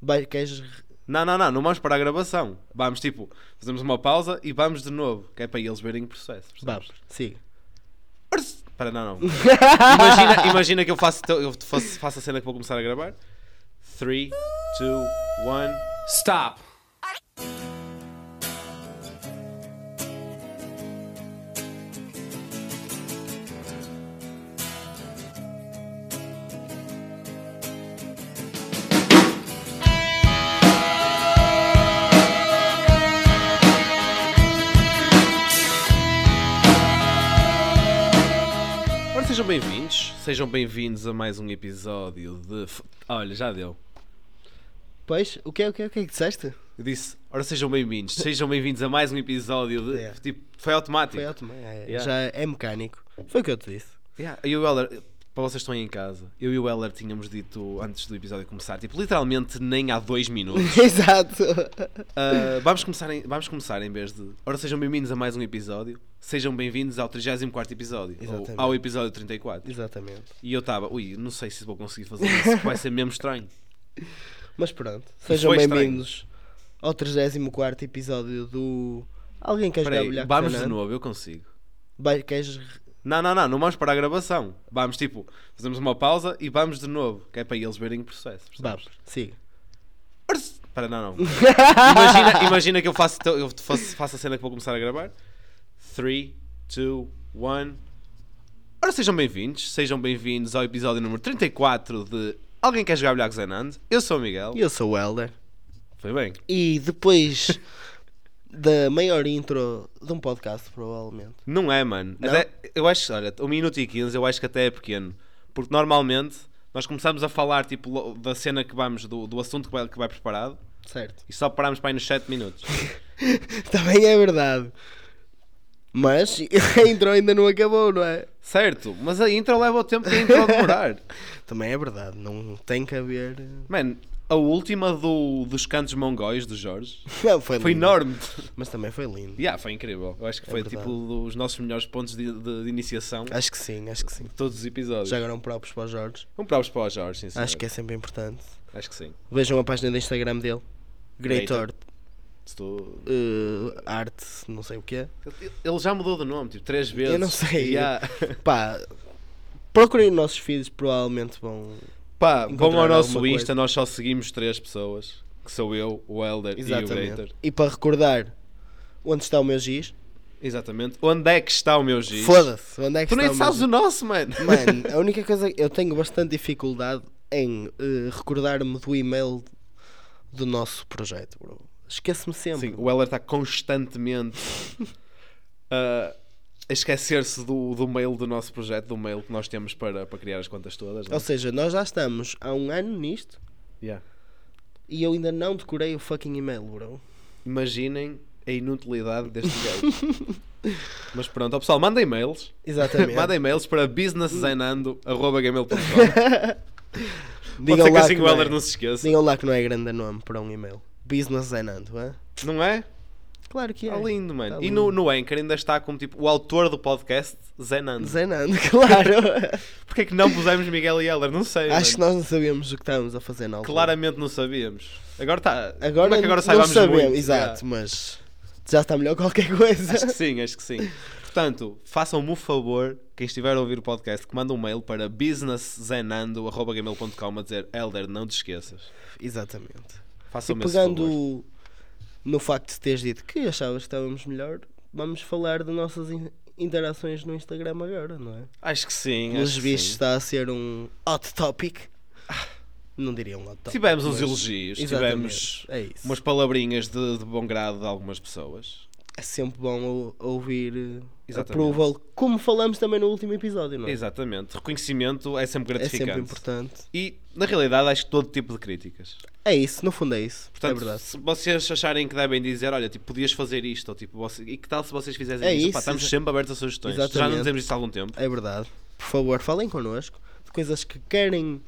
Vai, queres. re- Não, não, não, não vamos parar a gravação. Vamos, tipo, fazemos uma pausa e vamos de novo, que é para eles verem o processo. percebes? Vamos, siga. Ars- Para, não, não. Imagina, imagina que eu faço, então, eu faço, faço a cena que vou começar a gravar. 3, 2, 1. Stop! Ora, sejam bem-vindos. Sejam bem-vindos a mais um episódio de. F- Olha, já deu. Pois, o que é, o que é, o que é que disseste? Eu disse, ora, sejam bem-vindos. Sejam bem-vindos a mais um episódio de. É. Tipo, foi automático. Foi ótimo. É, Yeah. Já é mecânico. Foi o que eu te disse. Yeah, Eu e o Heller, para vocês que estão aí em casa, eu e o Heller tínhamos dito antes do episódio começar, tipo, literalmente nem há dois minutos. Exato. Uh, vamos, começar em, vamos começar em vez de. Ora, sejam bem-vindos a mais um episódio. Sejam bem-vindos ao 34 episódio. Exatamente. Ou ao episódio 34. Exatamente. E eu estava, ui, não sei se vou conseguir fazer isso, vai ser mesmo estranho. Mas pronto, sejam foi estranho. bem-vindos ao 34 episódio do. Alguém quer Espera jogar aí, bilhar com o vamos de Fernando? novo, eu consigo. Vai, queres. re- Não, não, não, não vamos parar a gravação. Vamos, tipo, fazemos uma pausa e vamos de novo, que é para eles verem o processo. percebes? Vamos, siga. Ars- Espera, não, não. Imagina, imagina que eu faço, eu faço, faço a cena que vou começar a gravar. 3, 2, 1. Ora, sejam bem-vindos. Sejam bem-vindos ao episódio número 34 de Alguém Quer Jogar Bilhar com Zenand. Eu sou o Miguel. E eu sou o Helder. Foi bem. E depois da maior intro de um podcast, provavelmente. Não é, mano. Não? Até- eu acho, olha, 1 minuto e 15 eu acho que até é pequeno. Porque normalmente nós começamos a falar tipo, lo- da cena que vamos, do, do assunto que vai, que vai preparado Certo. e só paramos para aí nos 7 minutos. Também é verdade. Mas a intro ainda não acabou, não é? certo, mas a intro leva o tempo que a intro a demorar. Também é verdade. Não tem que haver. eh, Mano, a última do- dos cantos mongóis do Jorge Não, foi, foi lindo. enorme. Mas também foi lindo. yeah, foi incrível. Eu acho que É foi verdade. tipo um dos nossos melhores pontos de, de- de iniciação de Acho que sim, acho que sim. todos os episódios. Já agora um próprios para o Jorge. Um próprio para o Jorge, sim, senhor. Acho que é sempre importante. Acho que sim. Vejam a página do Instagram dele. Great Great Art. Estou- eh, arte, não sei o que é. Ele já mudou de nome, tipo, três vezes. Eu não sei. Yeah. Pá, procurem os nossos filhos, provavelmente vão. Pá, vão Encontraram ao nosso alguma Insta, nós só seguimos três pessoas. Que sou eu, o Elder e o Exatamente. Gator. E para recordar onde está o meu giz, Exatamente. Onde é que está o meu giz? foda-se, onde é que Tu nem está sabes o o meu nosso, mano. giz? Mano, a única coisa eu tenho bastante dificuldade em eh, recordar-me do e-mail do nosso projeto, bro. Esqueço-me sempre. Sim, o Heller está constantemente uh, a esquecer-se do, do mail do nosso projeto, do mail que nós temos para, para criar as contas todas. não é? Ou seja, nós já estamos há um ano nisto Yeah. e eu ainda não decorei o fucking e-mail, bro. Imaginem a inutilidade deste gajo. Mas pronto, ó pessoal, mandem mails. Exatamente. Mandem mails para businesszenando.gmail.com Pode ser que assim que o não é- Heller não se esqueça. digam lá que não é grande nome para um e-mail. Business Zenando, é? Não é? Claro que é. Está lindo, mano. Tá E lindo. no, no Anchor ainda está como tipo o autor do podcast, Zenando. Zenando, claro. Porquê é que não pusemos Miguel e Heller? Não sei. Acho que mano. nós não sabíamos o que estávamos a fazer na altura. Claramente não sabíamos. Agora está. Agora, Como é que agora não saibamos sabemos, muito? exato, Yeah. mas já está melhor qualquer coisa. Acho que sim, acho que sim. Portanto, façam-me o favor, quem estiver a ouvir o podcast, que manda um mail para businesszenando.com a dizer Elder, não te esqueças. Exatamente. E Façam-me esse favor. pegando no facto de teres dito que achavas que estávamos melhor, vamos falar de nossas in- interações no Instagram agora, não é? Acho que sim. Pelos Acho que vistos sim. está a ser um hot topic. Não diria um hot topic. Tivemos uns mas- elogios, Exatamente, tivemos É isso. umas palavrinhas de, de bom grado de algumas pessoas. É sempre bom ou- ouvir eh, Exatamente. approval, como falamos também no último episódio, não é? Exatamente. Reconhecimento é sempre É gratificante. sempre importante. E, na realidade, acho que todo tipo de críticas. É isso, no fundo é isso. é Portanto, verdade. se vocês acharem que devem dizer, olha, tipo, podias fazer isto, ou tipo, você- e que tal se vocês fizessem É isto? isso, Pá, estamos exa- sempre abertos a sugestões. Já não Exatamente. dizemos isto há algum tempo. É verdade. Por favor, falem connosco de coisas que querem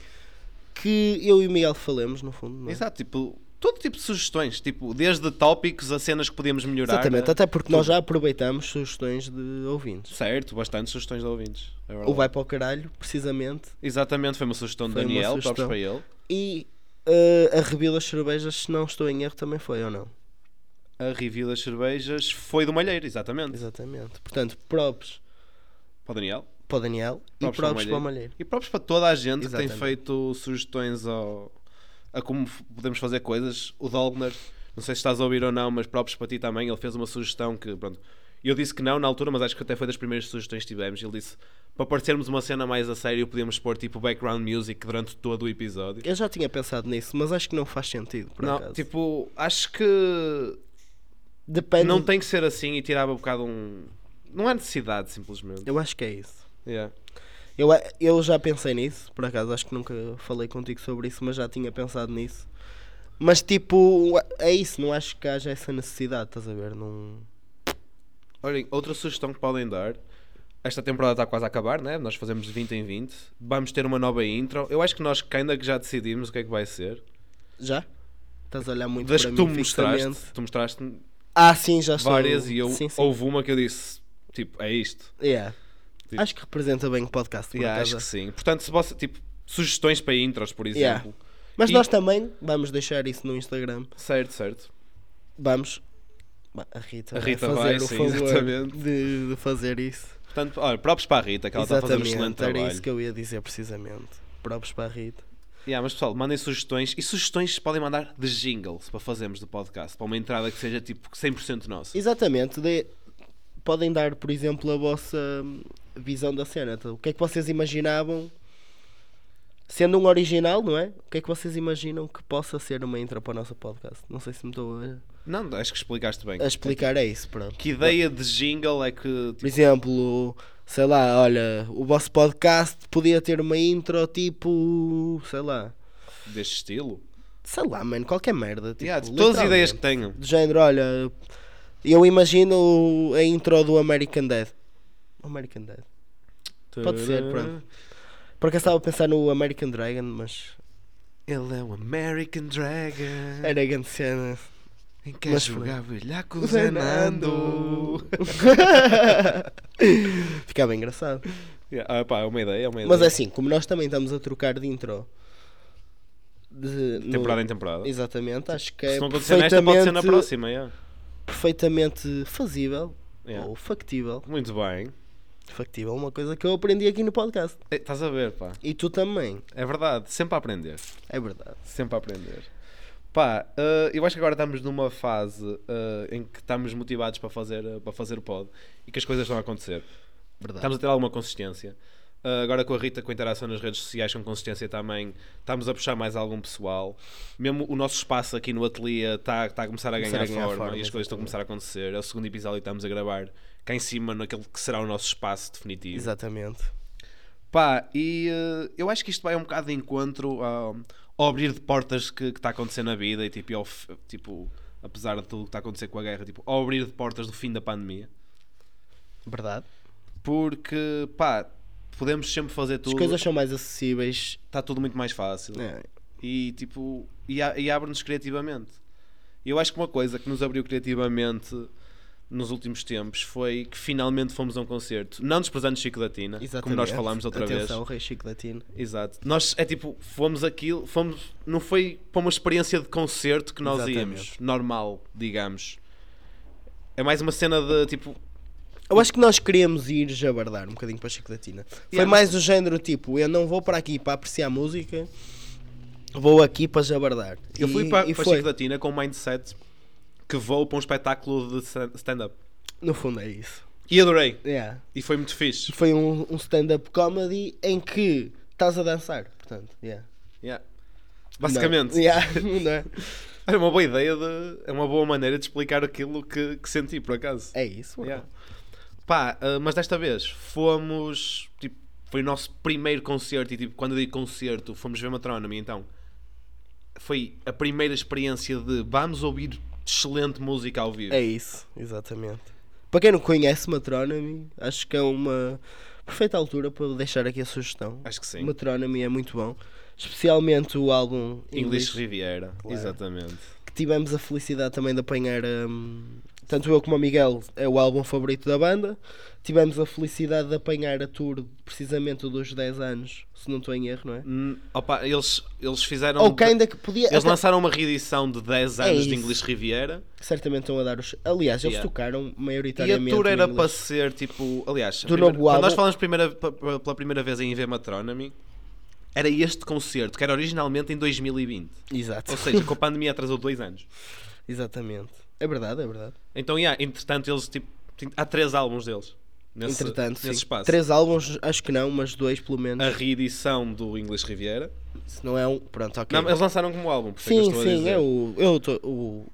que eu e o Miguel falemos, no fundo. não é? Exato, tipo, todo tipo de sugestões, tipo, desde tópicos a cenas que podíamos melhorar. Exatamente, né? até porque nós já aproveitamos sugestões de ouvintes. Certo, bastante sugestões de ouvintes. é verdade. O Vai para o Caralho, precisamente. Exatamente, foi uma sugestão do Foi uma Daniel, sugestão. próprios para ele. E eh, a review das cervejas, se não estou em erro, também foi ou não? A review das cervejas foi do Malheiro, exatamente. Exatamente. Portanto, props Para o Daniel. para o Daniel e Props para o props para o Malheiro. E próprios para toda a gente que Exatamente. tem feito sugestões ao, a como f- podemos fazer coisas. O Dolgner, não sei se estás a ouvir ou não, mas próprios para ti também, ele fez uma sugestão que, pronto, eu disse que não na altura, mas acho que até foi das primeiras sugestões que tivemos. Ele disse, para parecermos uma cena mais a sério, podíamos pôr tipo background music durante todo o episódio. Eu já tinha pensado nisso, mas acho que não faz sentido, por Não, acaso. tipo, acho que Depende. não tem que ser assim e tirava um bocado um... Não há necessidade, simplesmente. Eu acho que é isso. Yeah. Eu, eh, eu já pensei nisso, por acaso, acho que nunca falei contigo sobre isso, mas já tinha pensado nisso. Mas tipo, é isso, não acho que haja essa necessidade, estás a ver? Não... Olhem, outra sugestão que podem dar. Esta temporada está quase a acabar, né? Nós fazemos 20 em 20. Vamos ter uma nova intro. Eu acho que nós que ainda que já decidimos o que é que vai ser. Já? Estás a olhar muito Das para que tu mim me fixamente. mostraste, tu mostraste Ah, sim, já estou. várias e eu Sim, sim. houve uma que eu disse, tipo, é isto. Yeah. Tipo- Acho que representa bem o podcast, por Yeah, acaso. é. acho que sim. Portanto, se você, tipo, sugestões para intros, por exemplo. Yeah. Mas E- nós também vamos deixar isso no Instagram. Certo, certo. Vamos. Bah, A Rita, A Rita vai vai, fazer o sim, favor exatamente. de, de fazer isso. Portanto, olha, próprios para a Rita, que ela está a fazer um excelente Exatamente, era trabalho. isso que eu ia dizer precisamente. Próprios para a Rita. Yeah, mas pessoal, mandem sugestões e sugestões podem mandar de jingles para fazermos do podcast, para uma entrada que seja tipo 100% nossa. Exatamente. de- Podem dar, por exemplo, a vossa hum, visão da cena. Então, O que é que vocês imaginavam? Sendo um original, não é? O que é que vocês imaginam que possa ser uma intro para o nosso podcast? Não sei se me estou a, Não, acho que explicaste bem. a explicar, é isso, pronto. Que ideia de jingle é que. Por Tipo, exemplo, sei lá, olha, o vosso podcast podia ter uma intro tipo, sei lá, deste estilo? sei lá, mano, qualquer merda. Tipo, Yeah, tipo, todas as ideias que literalmente. tenho. Do género, olha, eu imagino a intro do American Dead. American Dead. Pode ser, pronto. Por acaso estava a pensar no American Dragon, mas Ele é um American Dragon. era grande cena. Em quer É, né? Mas jogar bilhar com o Zé Nando. Ficava engraçado. Yeah, ah, pá, é uma ideia, é uma ideia. Mas é assim, como nós também estamos a trocar de intro. de- no- Temporada em temporada. Exatamente, acho que é Se não acontecer nesta, pode ser na perfeitamente- próxima. yeah. perfeitamente fazível Yeah. ou factível. Muito bem. Factível, é uma coisa que eu aprendi aqui no podcast. Eh, Estás a ver, pá. E tu também, É verdade, sempre a aprender. é verdade. Sempre a aprender. Pá, eh, eu acho que agora estamos numa fase eh, em que estamos motivados para fazer, eh, para fazer o pod e que as coisas estão a acontecer. verdade. Estamos a ter alguma consistência. Eh, agora com a Rita, com a interação nas redes sociais, com consistência também, estamos a puxar mais algum pessoal. Mesmo o nosso espaço aqui no ateliê está, está a começar a Começar ganhar, a ganhar forma, forma, e as coisas estão a começar a acontecer. É o segundo episódio que estamos a gravar cá em cima, naquele que será o nosso espaço definitivo. Exatamente. Pá, e eh, eu acho que isto vai um bocado de encontro ao, ao abrir de portas que que está a acontecer na vida e tipo, e ao f- tipo, apesar de tudo que está a acontecer com a guerra, tipo, ao abrir de portas do fim da pandemia. Verdade. Porque, pá, podemos sempre fazer As tudo, coisas são mais acessíveis. está Tá tudo muito mais fácil É, e tipo, e, a- e abre-nos criativamente. E eu acho que uma coisa que nos abriu criativamente nos últimos tempos foi que finalmente fomos a um concerto, não desprezando Chico da Tina, como nós exatamente. falámos outra Atenção, vez. o Rei Chico Latino. Exato. Nós é tipo, fomos aquilo, fomos, não foi para uma experiência de concerto que nós Exatamente. íamos, normal, digamos. É mais uma cena de tipo, Eu acho que nós queríamos ir jabardar um bocadinho para Chico Latina. Foi Yeah. mais do género tipo, eu não vou para aqui para apreciar música, vou aqui para jabardar. eu fui E- para, e para foi. Chico da Tina com um mindset que vou para um espetáculo de sta- stand-up. No fundo é isso. E adorei. Yeah. E foi muito fixe. Foi um, um stand-up comedy em que estás a dançar, portanto. Yeah. Yeah. Basicamente. Não. Yeah, não é? Era uma boa ideia, de, é uma boa maneira de explicar aquilo que, que senti, por acaso. É isso. Yeah. Pá, ah, mas desta vez fomos. Tipo, foi o nosso primeiro concerto. E tipo, quando eu digo concerto, fomos ver Metronomy. Então, foi a primeira experiência de vamos ouvir excelente música ao vivo. É isso, exatamente. Para quem não conhece Metronomy, acho que é uma perfeita altura para deixar aqui a sugestão. Acho que sim. Metronomy é muito bom, especialmente o álbum English inglês Riviera. Claro. Exatamente. que tivemos a felicidade também de apanhar hum, tanto eu como o Miguel, é o álbum favorito da banda. Tivemos a felicidade de apanhar a tour precisamente dos 10 anos, se não estou em erro, não é? Hum, opa, eles, eles fizeram. Ou que ainda que podia. Eles até- lançaram uma reedição de 10 É anos de isso. English Riviera Certamente estão a dar os. Aliás, eles Yeah. tocaram e a maioritariamente. tour em era inglês. para ser tipo. Aliás, a Do primeira- novo quando nós álbum. falamos primeira- pa- pa- pela primeira vez em Evematronomy, era este concerto que era originalmente em 2020. Exato. Ou seja, com a pandemia atrasou 2 anos. Exatamente. É verdade, é verdade. Então, yeah, entretanto, eles tipo. tin- Há 3 álbuns deles nesse, Entretanto, nesse sim. espaço. Três álbuns, acho que não, mas dois pelo menos. A reedição do English Riviera. Se não é um. Pronto, ok. Não, eles lançaram como álbum, por isso é que eu Sim, estou a sim, dizer. é o. Eu estou. O.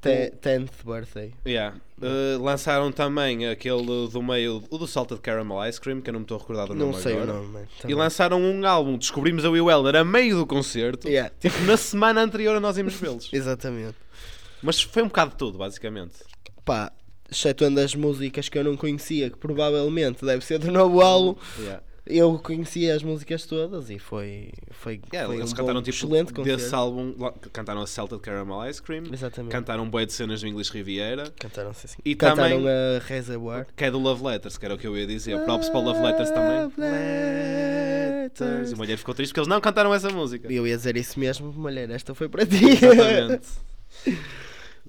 te- 10th birthday. Yeah. Uh, lançaram também aquele do meio, o do Salted Caramel Ice Cream, que eu não me estou a recordar do nome Não sei o agora. nome, mas E também. lançaram um álbum, descobrimos eu e o Helder a meio do concerto. Yeah. Tipo, na semana anterior a nós íamos vê-los. Exatamente. Mas foi um bocado de tudo, basicamente. Pá, excetuando as músicas que eu não conhecia, que provavelmente deve ser do novo álbum, Yeah. eu conhecia as músicas todas e foi. Foi, Yeah, foi eles um cantaram bom, tipo excelente desse concerto. álbum, lá- cantaram a Salted Caramel Ice Cream, Exatamente. cantaram um boi de cenas do English Riviera, Cantaram, sim, sim. E cantaram também- a Reservoir. que é do Love Letters, que era o que eu ia dizer. Props para o Love Letters também. Love Letters. E o Mulher ficou triste porque eles não cantaram essa música. Eu ia dizer isso mesmo, mulher, esta foi para ti. Exatamente.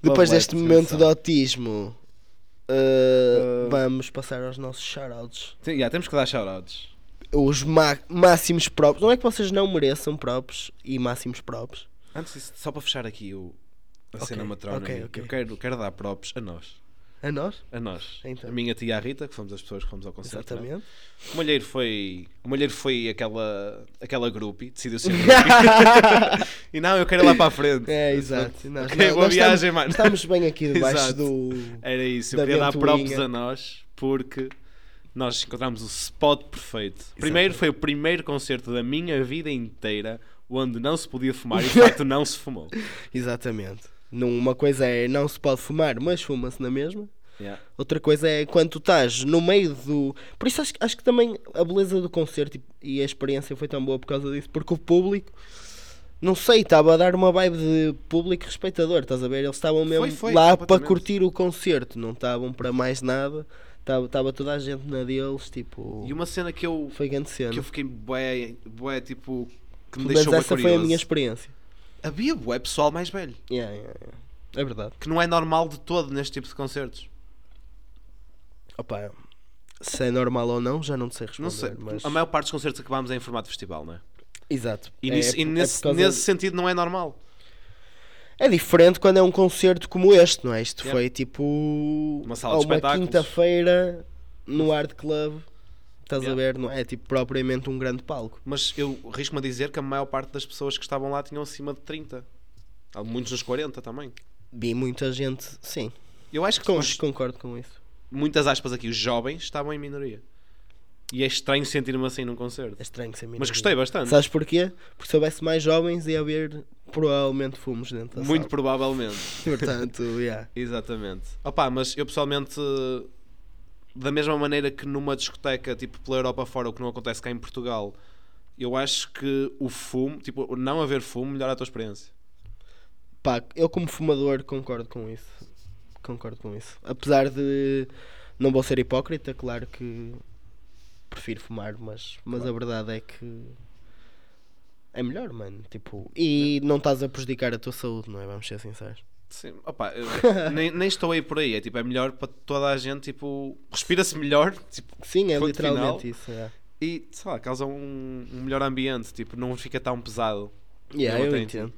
Depois Love deste Letters, momento canção. de autismo, uh, Uh, vamos passar aos nossos shoutouts. Sim, yeah, temos que dar shoutouts. Os ma- máximos props. Não é que vocês não mereçam props e máximos props. Antes disso, só para fechar aqui o, a Ok, cena matrónica, ok, ok. eu quero, quero dar props a nós. A nós? A nós. Então. A minha tia Rita, que fomos as pessoas que fomos ao concerto. não é? Exatamente. O Malheiro foi, o Malheiro foi aquela, aquela groupie, decidiu ser groupie. e não, eu quero ir lá para a frente. É, exato. Nós, Ok, boa viagem, estamos, mano. estamos bem aqui debaixo Exato. do. Era isso, eu Da queria dar ventoinha. props a nós, porque nós encontramos o spot perfeito. Primeiro, foi o primeiro concerto da minha vida inteira onde não se podia fumar e de facto não se fumou. Exatamente. Num- Uma coisa é não se pode fumar, mas fuma-se na mesma. Yeah. Outra coisa é quando tu estás no meio do. Por isso acho, acho que também a beleza do concerto e- e a experiência foi tão boa por causa disso, porque o público, não sei, estava a dar uma vibe de público respeitador, estás a ver? Eles estavam mesmo Foi, foi, lá para completamente. curtir o concerto, não estavam para mais nada, estava, estava toda a gente na deles, tipo. E uma cena que eu Foi grande cena. que eu fiquei bué, bué tipo, que me Pelo menos deixou bué essa foi a curioso. minha experiência. Havia bué pessoal mais velho, Yeah, yeah, yeah. É verdade. que não é normal de todo neste tipo de concertos. Opa, se é normal ou não, já não te sei responder. Não sei, Oh, mas... a maior parte dos concertos acabámos em formato festival, não é? Exato. E, É- nisso- e é por nesse, causa- nesse sentido não é normal. É diferente quando é um concerto como este, não é? Isto Yeah. foi tipo Uma sala ou de uma espetáculos. quinta-feira no Art Club. Estás Yeah. a ver, não é? É tipo propriamente um grande palco. Mas eu risco-me a dizer que a maior parte das pessoas que estavam lá tinham acima de 30. Há muitos nos 40 também. Vi muita gente, sim, Eu acho que com- os- concordo com isso. muitas aspas aqui, os jovens estavam em minoria. E é estranho sentir-me assim num concerto. É estranho ser Mas minoria. gostei bastante. Sabes porquê? Porque se houvesse mais jovens ia haver provavelmente fumos dentro da Muito sala. provavelmente. Portanto, yeah. Exatamente. Opa, mas eu pessoalmente, da mesma maneira que numa discoteca, tipo pela Europa fora, o que não acontece cá em Portugal, eu acho que o fumo, tipo, o não haver fumo, melhora a tua experiência. Pá, eu como fumador concordo com isso. Concordo com isso. Apesar de não vou ser hipócrita, claro que prefiro fumar, mas, mas a verdade é que é melhor, mano. Tipo, e não estás a prejudicar a tua saúde, não é? Vamos ser sinceros. Sim, opa, eu nem, nem estou aí por aí. É tipo, é melhor para toda a gente, tipo, respira-se melhor tipo, Sim, é Ponto literalmente isso. É. e, sei lá, causa um, um melhor ambiente, tipo, não fica tão pesado. Yeah, Eu eu até entendo.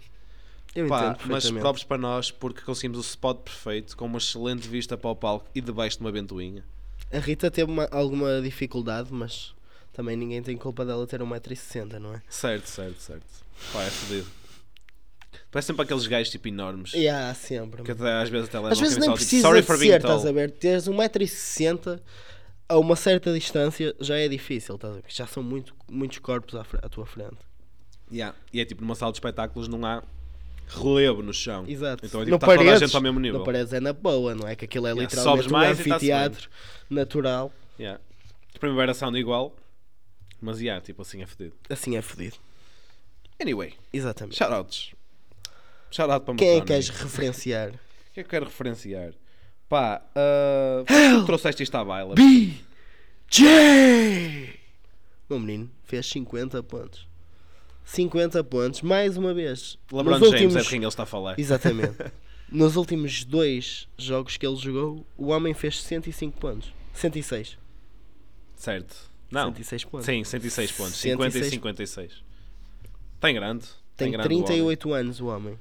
Eu Pá, entendo mas perfeitamente. próprios para nós, porque conseguimos o spot perfeito, com uma excelente vista para o palco e debaixo de uma bentoinha. A Rita teve uma- alguma dificuldade, mas também ninguém tem culpa dela ter 1,60m, não é? Certo, certo, certo. Pá, é fodido. Parece sempre aqueles gajos tipo enormes. Yeah, sempre. Que até, às vezes até levam Às vezes nem camisola, tipo, precisa Sorry de for ser, being tall. estás a ver? Teres 1,60m a uma certa distância já é difícil, estás a ver? Porque Já são muito, muitos corpos à, fre- à tua frente. Yeah. E é tipo numa sala de espetáculos não há relevo no chão. Exato. Então é Não tipo, tá toda a paredes, gente ao mesmo nível. Não paredes é na boa, não é? Que aquilo é Yeah, literalmente sobes mais um e tá-se anfiteatro natural. Yeah. De primeira sound igual. Mas yeah, tipo assim é fodido. Assim é fodido. Anyway, Exatamente. shoutouts. Shoutout para Quem é Matrona. que queres referenciar? O que é que eu quero referenciar? Pá, ah, por que tu trouxeste isto à baila? BJ! O menino fez 50 pontos. 50 pontos, mais uma vez. LeBron Nos James é de quem ele está a falar. Exatamente. Nos últimos dois jogos que ele jogou, o homem fez 105 pontos. 106. Certo. Não. 106 pontos. Sim, 106 pontos. 50 e 106. 56. Tem grande. Tem, Tem grande o homem. 38 anos o homem.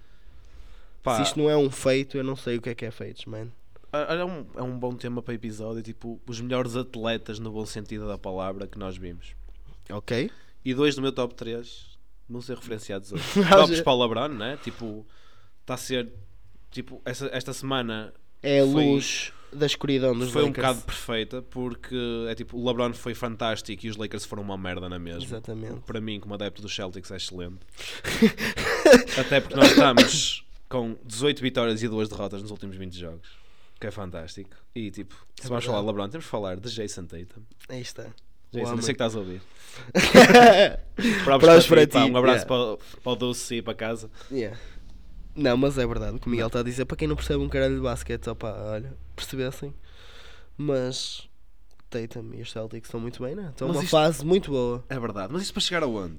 Pá, Se isto não é um feito, eu não sei o que é que é feitos, man. Olha, é um, é um bom tema para episódio. Tipo, os melhores atletas no bom sentido da palavra que nós vimos. Ok? E dois do meu top 3 vão ser referenciados hoje. Ah, Tops já. para o LeBron, né? Tipo, está a ser. Tipo, essa, esta semana É a Foi- luz da escuridão dos foi um Lakers. bocado perfeita porque é tipo, o LeBron foi fantástico e os Lakers foram uma merda na mesma. Exatamente. Para mim, como adepto dos Celtics, é excelente. Até porque nós estamos com 18 vitórias e 2 derrotas nos últimos 20 jogos. Que é fantástico. E tipo, se vamos falar de LeBron, temos de falar de Jason Tatum. Aí está. O Jason, eu homem. sei que tá. estás a ouvir. Abraço para pá, ti, Um abraço para, para o Dulce e para casa. Yeah. Não, mas é verdade o que o Miguel está a dizer. Para quem não percebe um caralho de basquete, opá, olha, percebessem. Mas Tatum e os Celtics estão muito bem, né? Estão Mas numa isto- fase muito boa. É verdade. Mas isto para chegar aonde?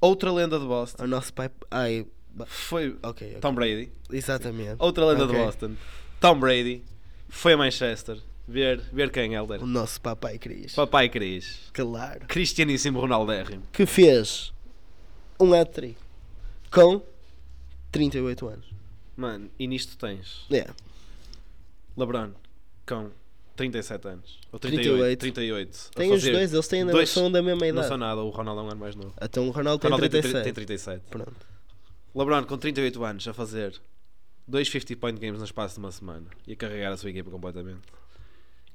Outra lenda de Boston O nosso pai. Ai, ba- foi ok, ok. Tom Brady. Exatamente. Outra lenda de Ok. Boston. Tom Brady foi a Manchester. Ver, ver quem, Helder? O nosso papai Cris. Papai Cris. Claro. Cristianíssimo Ronaldérrimo. Que fez um hat-trick com 38 anos. Mano, e nisto tens É. LeBron com 37 anos. Ou 38. 38. 38 a Tem os fazer dois, eles têm, dois- são da mesma Não idade. são nada, o Ronaldo é um ano mais novo. Então o Ronaldo O tem Ronaldo tem 37. 37. tem 37. Pronto. LeBron com 38 anos a fazer dois 50-point games no espaço de uma semana e a carregar a sua equipa completamente.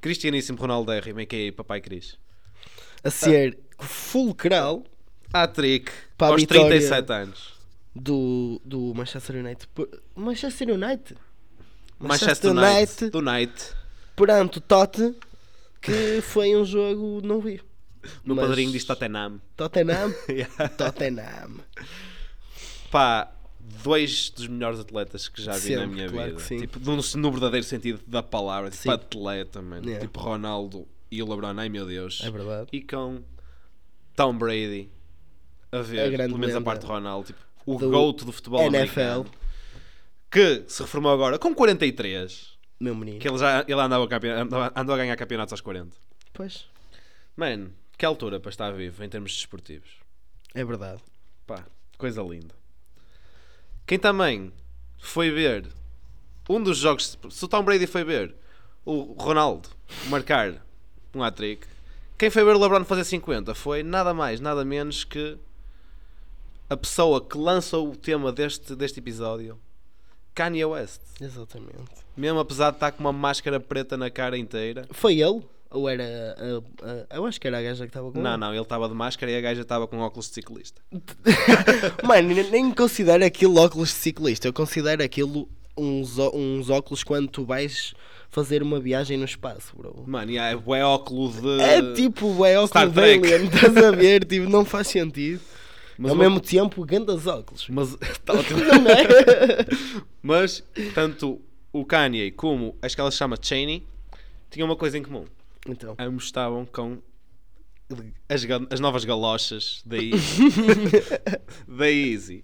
Cristianíssimo Ronaldérrimo, a.k.a. Papai Cris. A ser fulcral Hat-trick Para a aos vitória. 37 anos. do, do Manchester United. P- Manchester United? Manchester United. Do Night. perante o Totti, que foi um jogo, não vi. No Mas- padrinho diz Tottenham. Tottenham? Yeah. Tottenham. Pá, dois dos melhores atletas que já vi na Sempre, minha claro vida. que sim. Tipo, no, no verdadeiro sentido da palavra, tipo Sim. atleta, mano. Yeah. Tipo Ronaldo e o LeBron, ai meu Deus. É verdade. E com Tom Brady a ver, A É grande pelo menos a lenda parte de Ronaldo, tipo, o do GOAT do futebol NFL. americano. Que se reformou agora com 43. Meu menino. Que ele já ele andava, campe- andava- andou a ganhar campeonatos aos 40. Pois, Mano, que altura para estar vivo em termos desportivos. é verdade. Pá, coisa linda. Quem também foi ver um dos jogos. Se o Tom Brady foi ver o Ronaldo marcar um hat-trick, quem foi ver o LeBron fazer 50 foi nada mais, nada menos que a pessoa que lança o tema deste, deste episódio, Kanye West. Exatamente. Mesmo apesar de estar com uma máscara preta na cara inteira. Foi ele? Ou era. a- a- eu acho que era a gaja que estava com Não, ele. não, ele estava de máscara e a gaja estava com óculos de ciclista. Mano, nem- nem considero aquilo óculos de ciclista. Eu considero aquilo uns, ó- uns óculos quando tu vais fazer uma viagem no espaço, bro. Mano, e é, é óculos de. É tipo, é Star óculos de Trek. alien, estás a ver? Tipo, não faz sentido. Mas Ao o- mesmo tempo, grandes óculos. Mas, tá ótimo. é? Mas, tanto o Kanye como acho que ela se chama Cheney tinham uma coisa em comum. Então, Ambos estavam com as, ga- as novas galochas da Easy. da Easy.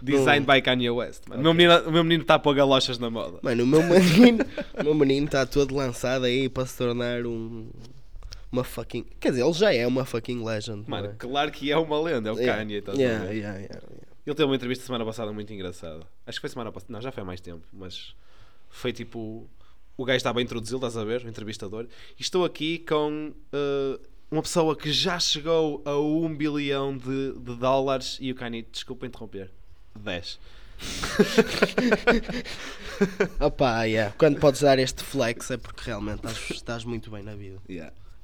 Designed by Kanye West. mano. O meu menino- O meu menino está a pôr galochas na moda. mano, o meu menino o meu menino está todo lançado aí para se tornar um. Uma fucking. Quer dizer, ele já é uma fucking legend. não Mano, é? claro que é uma lenda, é o Yeah, Kanye. estás a yeah, ver? yeah, yeah, yeah. Ele teve uma entrevista semana passada muito engraçada. Acho que foi semana passada. Não, já foi há mais tempo, mas foi tipo. O gajo estava a introduzi-lo, estás a ver? O entrevistador. E estou aqui com eh, uma pessoa que já chegou a 1 bilhão de, de dólares e o Kanye, desculpa interromper, 10. Opa, yeah. Quando podes dar este flex é porque realmente estás, estás muito bem na vida.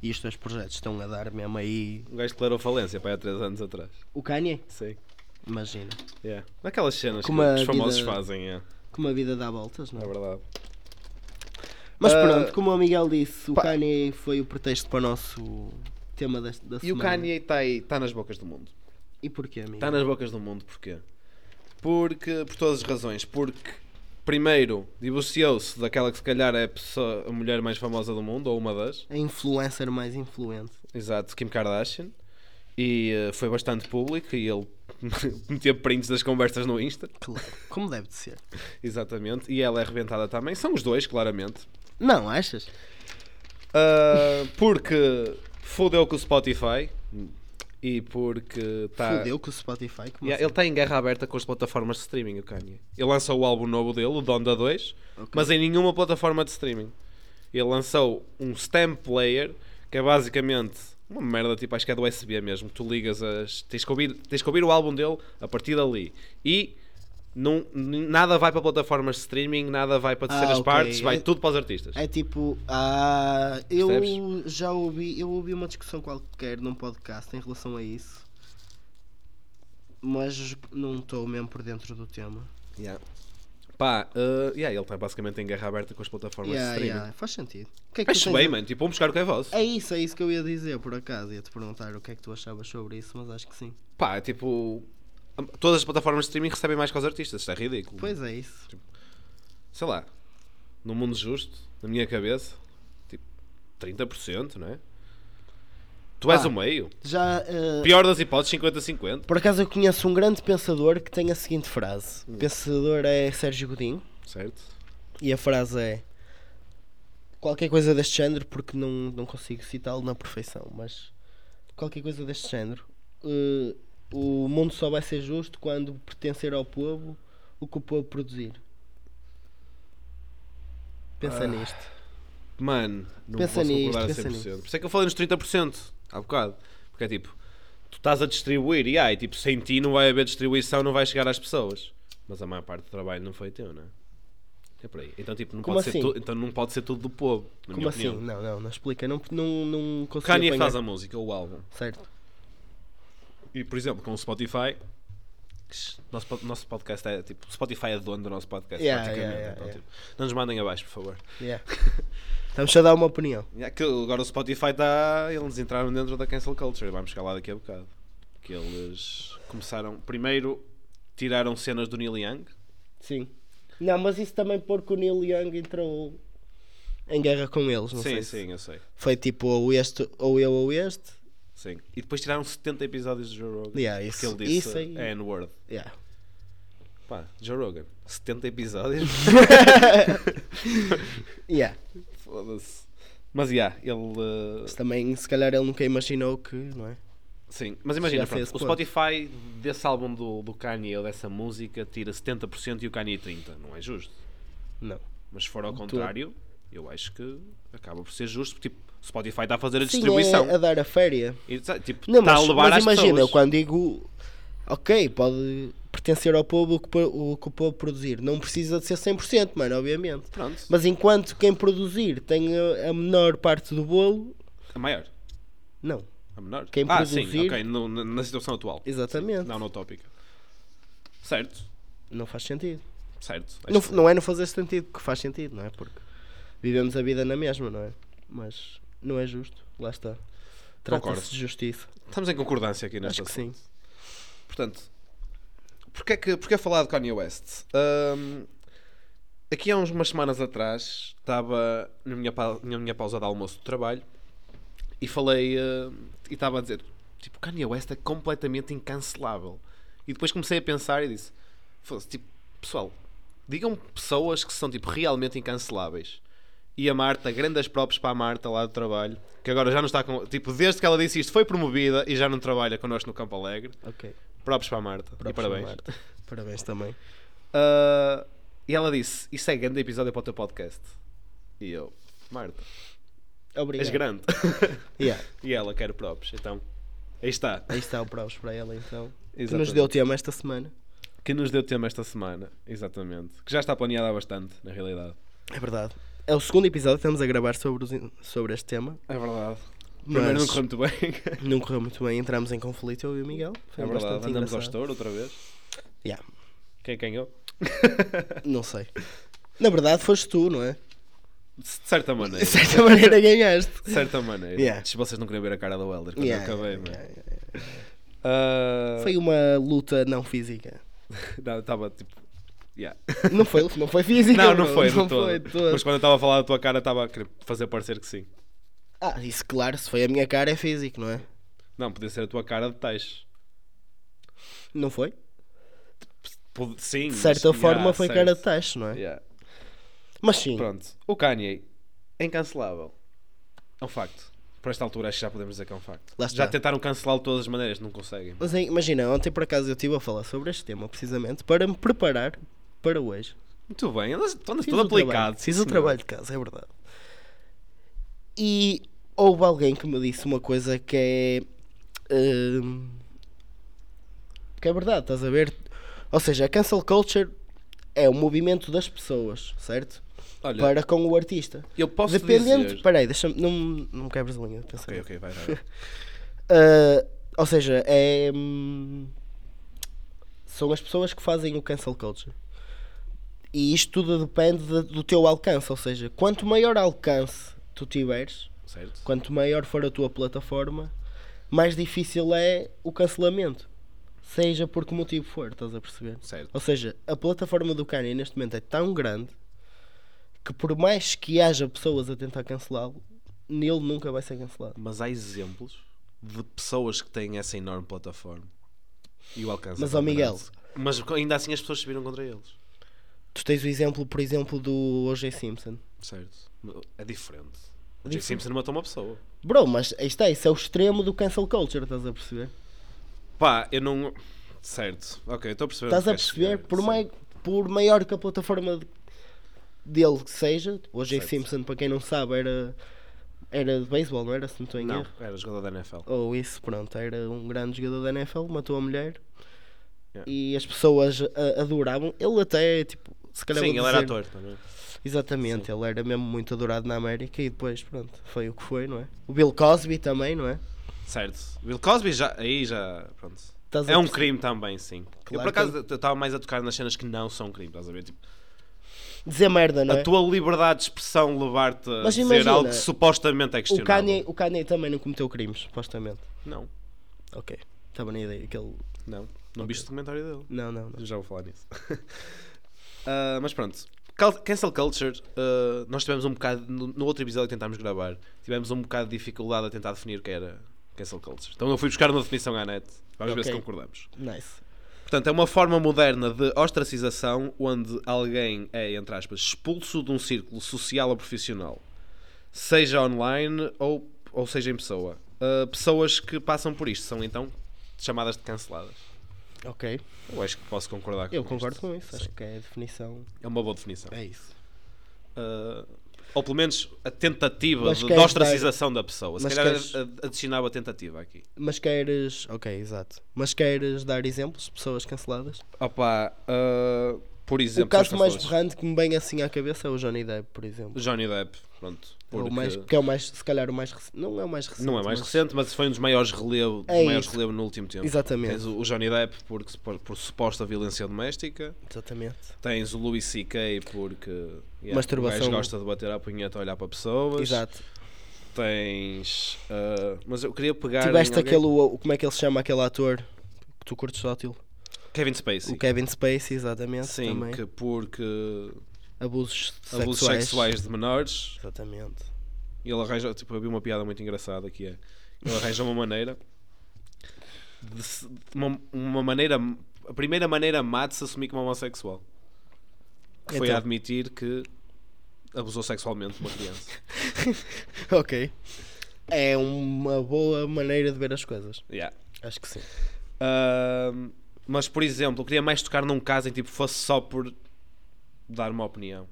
E os teus projetos estão a dar mesmo aí. O Um gajo declarou falência pá, há 3 anos atrás. O Kanye? Sei. Imagina. Yeah. Daquelas cenas Como que a os famosos vida- fazem, é. Como a vida dá voltas, não é? É verdade. Mas Ah, pronto, como o Miguel disse, o pá. Kanye foi o pretexto para o nosso tema da, da E o semana. Kanye Tá está aí, está nas bocas do mundo. E porquê, amigo? Está nas bocas do mundo, porquê? Porque, por todas as razões, porque primeiro divorciou-se daquela que se calhar é a, pessoa- a mulher mais famosa do mundo, ou uma das. A influencer mais influente. Exato, Kim Kardashian. E eh, foi bastante público e ele metia prints das conversas no Insta. Claro. Como deve de ser. Exatamente. E ela é arrebentada também. São os dois, claramente. Não, achas? Ah, porque fodeu com o Spotify e porque está. Fudeu com o Spotify. Como Tá. Yeah, ele está em guerra aberta com as plataformas de streaming, o Kanye. Ele lançou o álbum novo dele, o Donda 2, Ok. mas em nenhuma plataforma de streaming. Ele lançou um stamp player, que é basicamente uma merda, tipo, acho que é do USB mesmo. Tu ligas as. Tens que ouvir, tens que ouvir o álbum dele a partir dali. E não, nada vai para plataformas de streaming, nada vai para Ah, terceiras ok. partes, vai É- tudo para os artistas. É tipo, ah, eu Percebes? já ouvi, eu ouvi uma discussão qualquer num podcast em relação a isso, mas não estou mesmo por dentro do tema. Yeah. Pá, eh, yeah, ele está basicamente em guerra aberta com as plataformas de Yeah, streaming. yeah, faz sentido. O que é que tu Acho tens bem, a- mano. Tipo, vamos buscar o que é vosso. É isso, é isso que eu ia dizer por acaso. Ia te perguntar o que é que tu achavas sobre isso, mas acho que sim. Pá, é tipo. Todas as plataformas de streaming recebem mais que os artistas, isto é ridículo. Pois é isso. Sei lá, no mundo justo, na minha cabeça, tipo, 30%, não é? Tu és Pá. o meio. Já, ah, Pior das hipóteses, 50-50. por acaso eu conheço um grande pensador que tem a seguinte frase. Hum. O pensador é Sérgio Godinho. Certo? E a frase é qualquer coisa deste género, porque não, não consigo citá-lo na perfeição, mas qualquer coisa deste género. Eh, o mundo só vai ser justo quando pertencer ao povo o que o povo produzir. Pensa Ah, nisto. Mano, não Pensa posso nisto, concordar a pensa 100%. nisto. Por isso é que eu falei nos 30%, há bocado. Porque é tipo, tu estás a distribuir e ai, tipo, sem ti não vai haver distribuição, não vai chegar às pessoas. Mas a maior parte do trabalho não foi teu, não é? É por aí. Então, tipo, não, Como pode, ser assim? tu- então não pode ser tudo do povo. na Como minha assim? opinião. Não, não, não explica. Não, não, não consigo. Kanye apanhar. faz a música, o álbum. Certo. E, por exemplo, com o Spotify, que nosso, pod- nosso podcast é tipo. Spotify é dono do nosso podcast, Yeah, praticamente. yeah, yeah, então, yeah. tipo, não nos mandem abaixo, por favor. Yeah. Estamos só a dar uma opinião. Yeah, que agora o Spotify está. Eles entraram dentro da cancel culture. Vamos chegar lá daqui a bocado. Que eles começaram. Primeiro tiraram cenas do Neil Young. Sim. Não, mas isso também porque o Neil Young entrou em guerra com eles, não sim, sei. se- sim, eu sei. Foi tipo ou este, ou eu ou este. Sim. E depois tiraram 70 episódios de Joe Rogan. Yeah, porque isso- ele disse isso aí- é N-word. Yeah. Pá, Joe Rogan, 70 episódios. Yeah. Foda-se. Mas, yeah, ele. uh, Mas também, se calhar, ele nunca imaginou que, não é? Sim, mas imagina, Já foi pronto, esse o ponto. Spotify desse álbum do, do Kanye ou dessa música tira 70% e o Kanye 30%, não é justo. Não. Mas se for ao todo. contrário, eu acho que acaba por ser justo, porque tipo, o Spotify está a fazer a Sim, distribuição. é a dar a féria. E, tá- tipo, Não, está mas, a levar mas às imagina, eu pessoas. quando digo, ok, pode pertencer ao povo o que, po- o que o povo produzir. Não precisa de ser 100%, mano, obviamente. Pronto, Mas enquanto quem produzir tem a, a menor parte do bolo, a maior, não. a menor. Quem ah, sim, produzir- ok, no- na, na situação atual. Exatamente. Não, Não, no tópico. Certo, faz sentido. certo. acho Não, que- não é não fazer sentido que faz sentido, não é? Porque vivemos a vida na mesma, não é? Mas não é justo, lá está. Trata-se Concordo. de justiça. Estamos em concordância aqui nesta Acho que sim. Portanto, porque é que porque é falar de Kanye West? Ahm, aqui há uns- umas semanas atrás estava na minha, pa- na minha pausa de almoço do trabalho e falei ahm, e estava a dizer tipo Kanye West é completamente incancelável. E depois comecei a pensar e disse fosse tipo pessoal digam pessoas que são tipo realmente incanceláveis. E a Marta, grandes props para a Marta lá do trabalho, que agora já não está com. Tipo, desde que ela disse isto, foi promovida e já não trabalha connosco no Campo Alegre. Ok. Próprios para a Marta. e Próprio parabéns. Marta. Parabéns também. Ah, e ela disse: Isso é grande episódio para o teu podcast. E eu, Marta, és Obrigado. grande. Yeah, e ela quer próprios. Então, aí está. Aí está o praus para ela então. Que nos Exatamente. deu tema esta semana. Que nos deu tema esta semana. Exatamente. Que já está planeada há bastante, na realidade. É verdade. É o segundo episódio que estamos a gravar sobre, os in- sobre este tema. É verdade. Primeiro Mas não correu muito bem. não correu muito bem. Entramos em conflito, eu e o Miguel. Foi É verdade. bastante Andamos ao engraçado. estouro outra vez. Yeah, Quem ganhou? Não sei. Na verdade, foste tu, não é? De certa maneira. De certa maneira ganhaste. De certa maneira. Yeah. Se vocês não queriam ver a cara do Helder quando Yeah, eu acabei, yeah, mano. yeah, yeah. Ah, Foi uma luta não física. Estava tipo Yeah. Não foi, não foi física. Não, não bro, foi, não não foi todo. todo. Mas quando eu estava a falar da tua cara, estava a querer fazer parecer que sim. Ah, isso claro, se foi a minha cara é físico, não é? Não, podia ser a tua cara de tais. Não foi? Pod- Sim. De certa mas- forma Hum, yeah, foi certo. cara de teste, não é? Yeah. Mas sim, Pronto. O Kanye é incancelável. É um facto. Por esta altura acho que já podemos dizer que é um facto. Lá Já está. tentaram cancelá-lo de todas as maneiras, não conseguem. Mas é, imagina, ontem por acaso eu estive a falar sobre este tema precisamente para me preparar para hoje. Muito bem, andas andas Fiz todo o trabalho, aplicado. Fiz sim, o senhor. trabalho de casa, é verdade. E houve alguém que me disse uma coisa que é. hum, que é verdade, estás a ver? Ou seja, a cancel culture é o movimento das pessoas, certo? Olha, Para com o artista. eu posso Dependendo. dizer... Peraí, deixa-me. Não, não quebres a linha de Ok, pensamento. ok, vai, vai. vai. Ah, ou seja, é. hum, são as pessoas que fazem o cancel culture. E isto tudo depende de- do teu alcance. Ou seja, quanto maior alcance tu tiveres, certo? quanto maior for a tua plataforma, mais difícil é o cancelamento. Seja por que motivo for, estás a perceber? Certo. Ou seja, a plataforma do Kanye neste momento é tão grande que por mais que haja pessoas a tentar cancelá-lo, nele nunca vai ser cancelado. Mas há exemplos de pessoas que têm essa enorme plataforma e o alcance. Mas, é tão ó, Miguel. grande. Mas ainda assim as pessoas se viram contra eles. Tu tens o exemplo, por exemplo, do O.J. Simpson. Certo. É diferente. O Jay Diferente. Simpson matou uma pessoa. Bro, mas aí está, isso é o extremo do cancel culture, estás a perceber? Pá, eu não. Certo. Ok, estou a perceber. Estás a onde queres perceber? chegar. Por, é Sim. mai, por maior que a plataforma de- dele que seja, o O.J. Certo. Simpson, para quem não sabe, era, era de beisebol, não era? Se não estou em Não, erro. era jogador da NFL. Ou isso, pronto, era um grande jogador da NFL, matou a mulher Yeah. e as pessoas a- adoravam. Ele até, tipo, se calhar. Sim, vou ele era dizer- ator também. Exatamente, ele era mesmo muito adorado na América e depois, pronto, foi o que foi, não é? O Bill Cosby também, não é? Certo. Bill Cosby já. Aí já. Pronto. Estás a É um perceber? crime também, sim. que eu por é. acaso eu estava mais a tocar nas cenas que não são crime, estás a ver? Tipo, dizer merda, não a é? tua liberdade de expressão levar-te a Mas dizer imagina, algo que supostamente é O questionável. Kanye, o Kanye também não cometeu crimes, supostamente. Não, Ok, estava na ideia que ele. não. Não viste o documentário dele. Não, não, não. Já vou falar nisso. Ah, mas pronto. Cal- Cancel Culture, ah, nós tivemos um bocado, no no outro episódio que tentámos gravar, tivemos um bocado de dificuldade a tentar definir o que era Cancel Culture. Então eu fui buscar uma definição à net. Vamos ver se Ok. concordamos. Nice. Portanto, é uma forma moderna de ostracização onde alguém é, entre aspas, expulso de um círculo social ou profissional, seja online ou, ou seja em pessoa. Ah, pessoas que passam por isto são então chamadas de canceladas. Ok, Eu acho que posso concordar com eu isto. concordo com isso. Acho Sim. que é a definição. É uma boa definição. É isso. Ah, ou pelo menos a tentativa Mas de, de queres ostracização da pessoa. Se mas calhar queres- ad- adicionava a tentativa aqui. Mas queres. Ok, exato. Mas queres dar exemplos de pessoas canceladas? Opa, ah, por exemplo, o caso pessoas mais canceladas. berrante que me vem assim à cabeça é o Johnny Depp, por exemplo. Johnny Depp, pronto. É o porque- mais, que é o mais, se calhar, o mais recente. Não é o mais recente. Não é mais mas- recente, mas foi um dos maiores relevo, dos É maiores isso. relevo no último tempo. Exatamente. Tens o o Johnny Depp por, por, por suposta violência doméstica, Exatamente. tens o Louis C.K. porque yeah, Masturbação. o gajo gosta de bater a punheta a olhar para pessoas. Exato. Tens. ah, mas eu queria pegar. em Tiveste alguém- aquele. o- o- Como é que ele se chama aquele ator que tu curtes sótil? Kevin Spacey. O Kevin Spacey, exatamente. Sim, também. que porque Abusos abusos sexuais. sexuais de menores. Exatamente. E ele arranja. Tipo, eu vi uma piada muito engraçada que é. Ele arranja uma maneira. De, se- de uma, uma maneira. A primeira maneira má de se assumir como homossexual. que foi Então. admitir que abusou sexualmente de uma criança. Ok. É uma boa maneira de ver as coisas. Yeah. Acho que sim. Ahm, mas, por exemplo, eu queria mais tocar num caso em tipo fosse só por dar uma opinião.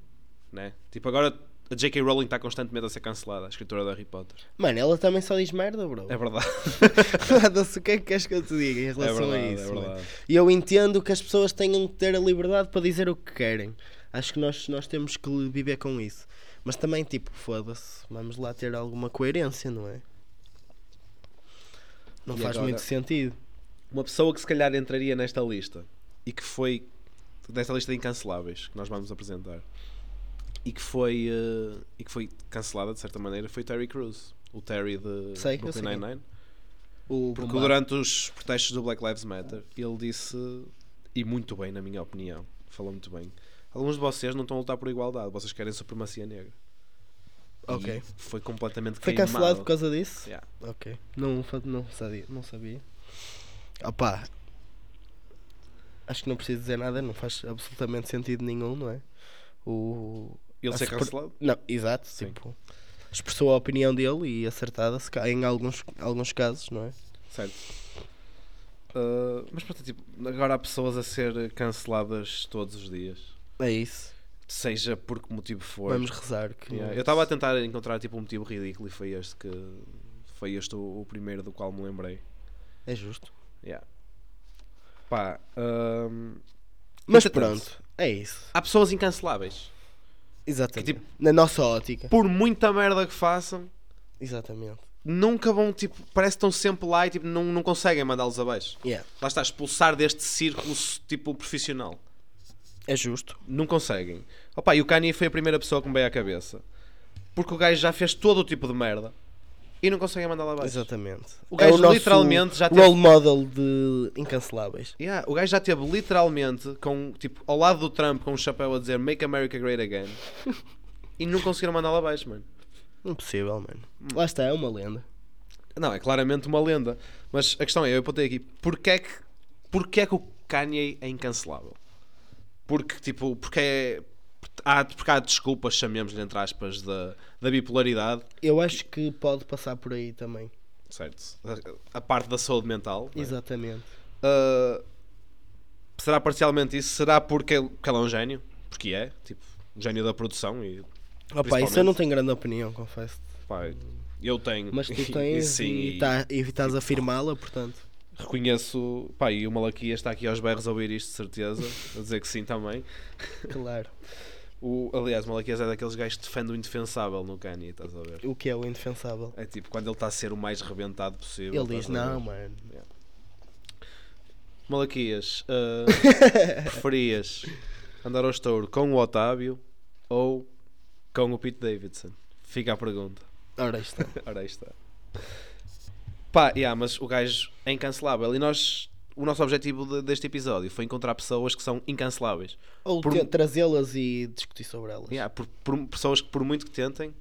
Né? Tipo, agora a J.K. Rowling está constantemente a ser cancelada, a escritora da Harry Potter. Mano, ela também só diz merda, bro. É verdade. Foda-se, o que é que queres que eu te diga em É relação verdade, a é isso? mano? verdade. E eu entendo que as pessoas tenham que ter a liberdade para dizer o que querem. Acho que nós, nós temos que viver com isso. Mas também, tipo, foda-se, vamos lá ter alguma coerência, não é? Não E faz agora? muito sentido. Uma pessoa que se calhar entraria nesta lista e que foi desta lista de incanceláveis que nós vamos apresentar e que foi eh, e que foi cancelada de certa maneira foi Terry Crews, o Terry de Sei, eu sei Brooklyn quem é. Nine-Nine. O Porque bombado. durante os protestos do Black Lives Matter, ele disse, e muito bem, na minha opinião, falou muito bem. Alguns de vocês não estão a lutar por igualdade, vocês querem supremacia negra. E Ok. foi completamente Foi queimado. cancelado por causa disso? Yeah. Ok. Não, fa- não sabia. Não sabia. Opa. Acho que não preciso dizer nada, não faz absolutamente sentido nenhum, não é? O... Ele a ser supre- cancelado? Não, exato. Sim. Tipo, expressou a opinião dele e acertada-se ca- em alguns, alguns casos, não é? Certo. Ah, mas pronto, tipo, agora há pessoas a ser canceladas todos os dias. É isso. Seja por que motivo for. Vamos rezar. Que Yeah, não- Eu estava a tentar encontrar tipo, um motivo ridículo e foi este que. Foi este o, o primeiro do qual me lembrei. É justo. Yeah. Pá, ahm, Mas Entretanto. pronto, é isso. há pessoas incanceláveis. Exatamente. Que tipo Na nossa ótica. Por muita merda que façam, Exatamente. nunca vão, tipo, parece que estão sempre lá e tipo, não, não conseguem mandá-los abaixo. Yeah. Lá está, expulsar deste círculo tipo profissional. É justo. Não conseguem. Opa, e o Kanye foi a primeira pessoa que me veio à cabeça. Porque o gajo já fez todo o tipo de merda e não conseguem mandá-lo abaixo. Exatamente. É O gajo literalmente já teve- role model de incanceláveis. Yeah, o gajo já teve literalmente com, tipo, ao lado do Trump com um chapéu a dizer Make America Great Again e não conseguiram mandá-lo abaixo, mano. Impossível, mano. Lá está, é uma lenda. Não, é claramente uma lenda. Mas a questão é, eu apontei aqui, porquê é que, porquê é que o Kanye é incancelável? Porque, tipo, porque é... Há, porque há desculpas, chamemos-lhe entre aspas, da, da bipolaridade, Eu acho que pode passar por aí também. certo? A, a parte da saúde mental. não é? Exatamente. Ah, será parcialmente isso? Será porque ele, porque ele é um gênio? Porque é, tipo, um gênio da produção e Opa, isso eu não tenho grande opinião, confesso. Pá, eu tenho. Mas tu E- tens e, sim, e, e tá- e estás a afirmá-la, portanto. reconheço. Pá, e o Malaquias está aqui aos berros a ouvir isto, de certeza. A dizer que sim também. Claro. O, aliás, o Malaquias é daqueles gajos que defende o indefensável no Kanye, estás a ver? O que é o indefensável? É tipo, quando ele está a ser o mais rebentado possível. Ele diz, estás a ver? não, mano. Malaquias, ah, preferias andar ao estouro com o Otávio ou com o Pete Davidson? Fica a pergunta. Ora, isto. é. Ora aí está. Pá, yeah, mas o gajo é incancelável. E nós, o nosso objetivo de- deste episódio foi encontrar pessoas que são incanceláveis. Ou Por- te- trazê-las e discutir sobre elas. Yeah, por, por- pessoas que, por muito que tentem,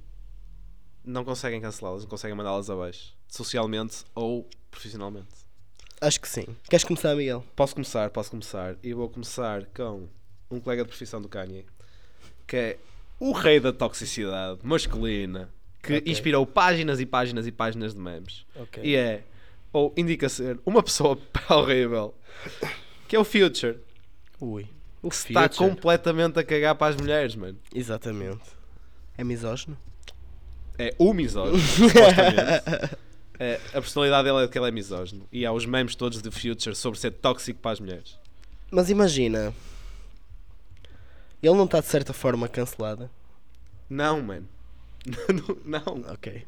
não conseguem cancelá-las, não conseguem mandá-las abaixo. Socialmente ou profissionalmente. Acho que sim. Queres começar, Miguel? Posso começar, posso começar. E vou começar com um colega de profissão do Kanye, que é o rei da toxicidade masculina, que Ok. inspirou páginas e páginas e páginas de memes. Ok. E é, ou indica ser, uma pessoa horrível, que é o Future, Ui. O que se está Future. completamente a cagar para as mulheres, mano. Exatamente. É misógino? É o misógino, supostamente. É, a personalidade dele é de que ele é misógino. E há os memes todos de Future sobre ser tóxico para as mulheres. Mas imagina. Ele não está de certa forma cancelada. Não, mano. Não. não. Ok.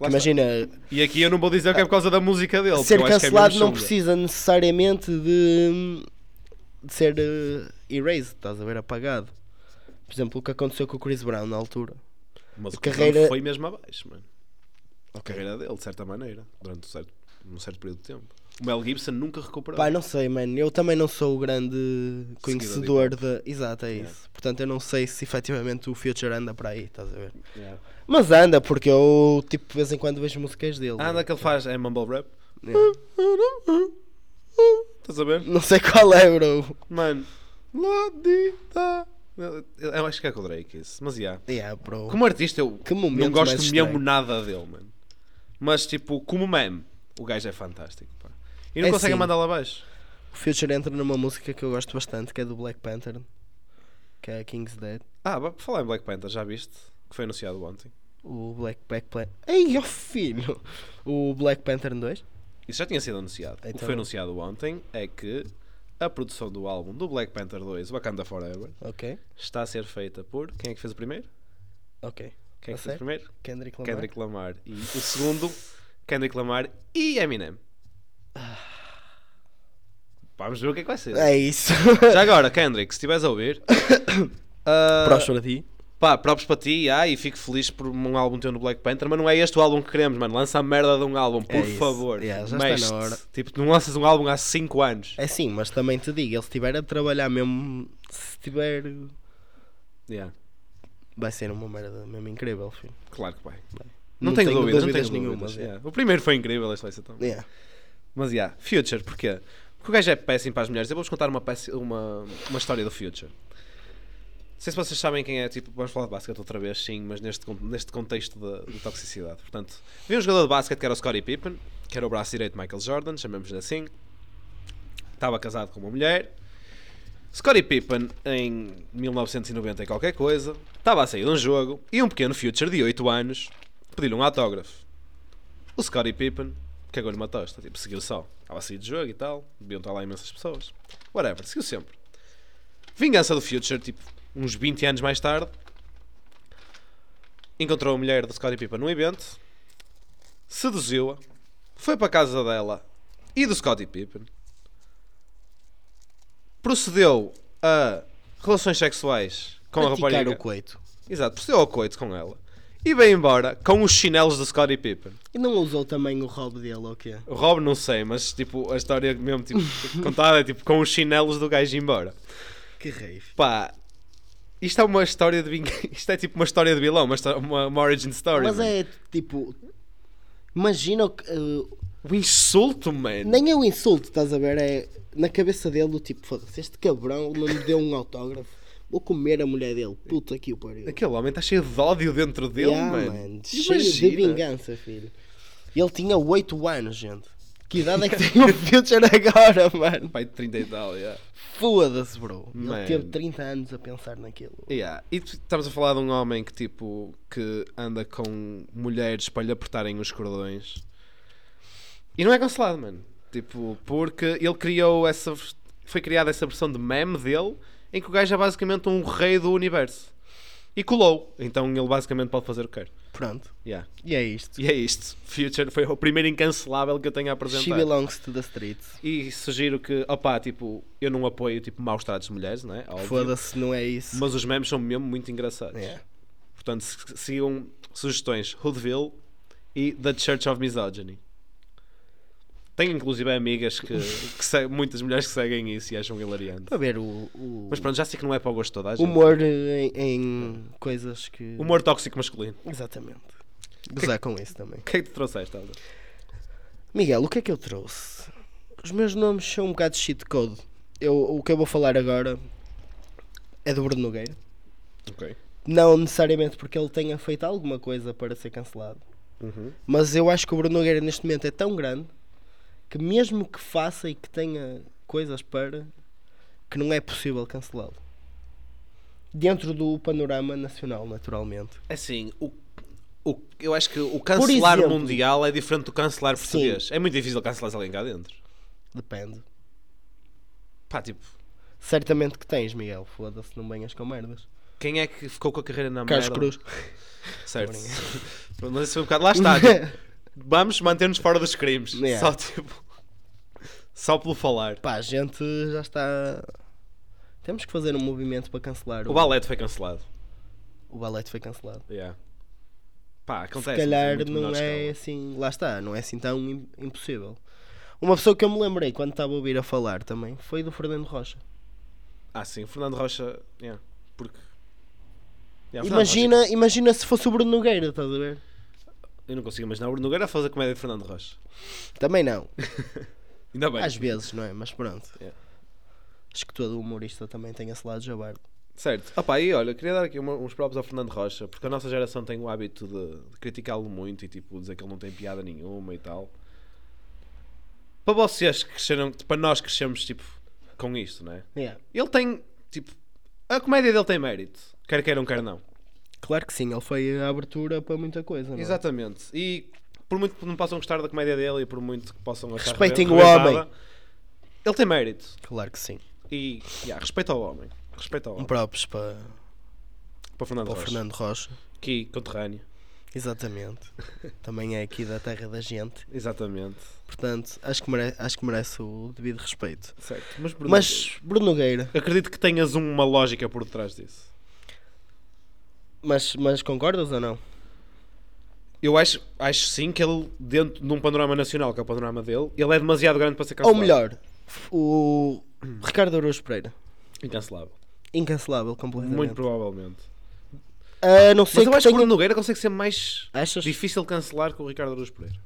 Lá imagina, está. E aqui eu não vou dizer que é por causa da música dele. ser porque eu acho que é cancelado mesmo não chunga. precisa necessariamente de, de ser eh, erased, estás a ver, apagado. Por exemplo, o que aconteceu com o Chris Brown na altura. Mas o Carreira- carreira... foi mesmo abaixo, mano. A Ok. carreira dele, de certa maneira. Durante um certo, um certo período de tempo. O Mel Gibson nunca recuperou. Pá, não sei, mano. Eu também não sou o grande conhecedor de de. Exato, é Yeah. isso. Portanto, eu não sei se efetivamente o Future anda para aí, estás a ver? Yeah. Mas anda, porque eu, tipo, de vez em quando vejo músicas dele. Ah, anda que ele faz é mumble rap. Yeah. Estás a ver? Não sei qual é, bro. Mano. Lá de da. Eu- Eu acho que é com o Drake isso. Mas yeah. Yeah, bro. Como artista eu Que momento não mais gosto estranho. mesmo nada dele, mano. Mas tipo, como meme, o gajo é fantástico, pá. E não É consegue sim. mandá-lo abaixo. O Future entra numa música que eu gosto bastante, que é do Black Panther, que é King's Dead. Ah, vá, por falar em Black Panther, já viste? Que foi anunciado ontem. O Black Black Panther. Ei, ó filho! O Black Panther 2. Isso já tinha sido anunciado. O que Então- foi anunciado ontem é que a produção do álbum do Black Panther 2, Wakanda Forever, Ok, está a ser feita por. Quem é que fez o primeiro? ok. Quem é que A sério? fez o primeiro? Kendrick Lamar. Kendrick Lamar. E o segundo, Kendrick Lamar e Eminem. Vamos ver o que é que vai ser. É isso. Já agora, Kendrick, se estiveres a ouvir. ah, Próximo a ti. Pá, próprios para ti, ah, e fico feliz por um álbum teu no Black Panther, mas não é este o álbum que queremos, mano. Lança a merda de um álbum, por É isso. favor. Yeah, já está na Mexe-te. hora. Tipo, não lanças um álbum há 5 anos. É sim, mas também te digo, ele se estiver a trabalhar mesmo, se estiver, É. Yeah, vai ser uma merda mesmo incrível, filho. claro que vai. Não, tenho, dúvidas, não tenho nenhuma. dúvidas. yeah. O primeiro foi incrível, este vai ser tão. yeah. Mas yeah, Future, porquê? Porque o gajo é péssimo para as mulheres. Eu vou-vos contar uma, péssima, uma, uma história do Future. Não sei se vocês sabem quem é, tipo, vamos falar de basquete outra vez, sim, mas neste, con- neste contexto de, de toxicidade. Portanto, vi um jogador de basquete que era o Scottie Pippen, que era o braço direito de Michael Jordan, chamemos-lhe assim. Estava casado com uma mulher. Scottie Pippen, em 1990 e qualquer coisa, estava a sair de um jogo e um pequeno Future de 8 anos pediu-lhe um autógrafo. O Scottie Pippen cagou-lhe uma tosta, tipo, seguiu só. Estava a sair de jogo e tal, deviam estar lá imensas pessoas. Whatever, seguiu sempre. Vingança do Future, tipo, uns 20 anos mais tarde, encontrou a mulher do Scottie Pippen num evento, seduziu-a, foi para a casa dela e do Scottie Pippen, procedeu a relações sexuais com a Praticar rapariga. o coito. Exato, procedeu ao coito com ela. E veio embora com os chinelos do Scottie Pippen. E não usou também o hobby dele, ou o quê? O Rob não sei, mas tipo, a história mesmo tipo, contada é tipo com os chinelos do gajo embora. Que rave. Pá, isto é uma história de vingança. Isto é tipo uma história de vilão, uma, histó- uma, uma origin story. Mas mano. é tipo. Imagina o que. eh, O insulto, man. nem é o insulto, estás a ver? É na cabeça dele do tipo, foda-se, este cabrão não me deu um autógrafo. Vou comer a mulher dele. Puta que o pariu. Aquele homem está cheio de ódio dentro dele, Yeah, mano. Cheio de Imagina. vingança, filho. Ele tinha 8 anos, gente. Que idade é que tem o Future agora, mano? Pai de 30 e tal, yeah. Foda-se, bro. Ele Man. teve 30 anos a pensar naquilo. Yeah. E tu- estamos a falar de um homem que tipo que anda com mulheres para lhe apertarem os cordões e não é cancelado, mano. Tipo, porque ele criou essa vers- foi criada essa versão de meme dele em que o gajo é basicamente um rei do universo e colou. Então ele basicamente pode fazer o que quer. Pronto. Yeah. E é isto. E é isto. Future foi o primeiro incancelável que eu tenho a apresentar. She belongs to the streets. E sugiro que, opá, tipo, eu não apoio tipo maus tratos de mulheres, não é? Óbvio. Foda-se, não é isso. É. Mas os memes são mesmo muito engraçados. Yeah. Portanto, se- sigam sugestões Hoodville e The Church of Misogyny. Tenho inclusive amigas que, que se- muitas mulheres que seguem isso e acham hilariante. Para ver o, o Mas pronto, já sei que não é para o gosto de toda a gente. humor em, em coisas que. Humor tóxico masculino. Exatamente. Gozar com isso também. O que é que te trouxeste, Aldo? Miguel, o que é que eu trouxe? Os meus nomes são um bocado cheat code. Eu, o que eu vou falar agora é do Bruno Nogueira. Ok. Não necessariamente porque ele tenha feito alguma coisa para ser cancelado. Uhum. Mas eu acho que o Bruno Nogueira neste momento é tão grande que mesmo que faça e que tenha coisas para que não é possível cancelá-lo. Dentro do panorama nacional, naturalmente. Assim, o, o, eu acho que o cancelar exemplo- mundial é diferente do cancelar Sim. português. É muito difícil cancelar alguém cá dentro. Depende. Pá, tipo, Certamente que tens, Miguel. Foda-se, não venhas com merdas. quem é que ficou com a carreira na Carlos merda? Cruz. Certo. Mas isso foi um bocado. Lá está. tipo, Vamos manter-nos fora dos crimes. Yeah. Só tipo. Só pelo falar. Pá, a gente já está. Temos que fazer um movimento para cancelar. O balete foi cancelado. o balete foi cancelado. Yeah. Pá, Se acontece. mas em calhar muito não menor é escala. assim. Lá está, não é assim tão im- impossível. Uma pessoa que eu me lembrei quando estava a ouvir a falar também foi do Fernando Rocha. Ah, sim. Fernando Rocha. Yeah. Porque. Yeah, Fernando imagina, imagina se fosse o Bruno Nogueira, estás a ver? Rocha- Eu não consigo imaginar o Bruno Nogueira a fazer comédia de Fernando Rocha. Também não. Ainda bem. Às vezes, não é? Mas pronto. Yeah. Acho que todo humorista também tem esse lado jabardo. Certo. Opa, e olha, queria dar aqui uma- uns próprios ao Fernando Rocha, porque a nossa geração tem o hábito de, de criticá-lo muito e tipo, dizer que ele não tem piada nenhuma e tal. Para vocês que cresceram, para nós que crescemos tipo, com isto, não é? Yeah. Ele tem, tipo, a comédia dele tem mérito, quer queiram, quer não. Claro que sim, ele foi a abertura para muita coisa, não é? Exatamente. E por muito que não possam gostar da comédia dele e por muito que possam achar Respeitem o rebentada, homem. Ele tem mérito. Claro que sim. E, yeah, respeito ao homem. Respeito ao Um homem. props para, Para o Fernando para o Rocha. Fernando Rocha. Que conterrâneo. Exatamente. Também é aqui da terra da gente. Exatamente. Portanto, acho que, mere- acho que merece o devido respeito. Certo. Mas, Bruno, Mas, Bruno Nogueira, Acredito que tenhas uma lógica por detrás disso. Mas, mas concordas ou não? Eu acho, acho sim que ele, dentro de um panorama nacional, que é o panorama dele, ele é demasiado grande para ser Ou cancelado. melhor, o Hum. Ricardo Araújo Pereira. Incancelável. Incancelável completamente. Muito provavelmente. A não ser Mas eu que acho que o tenha... Bruno Nogueira consegue ser mais Achas? difícil de cancelar que o Ricardo Araújo Pereira.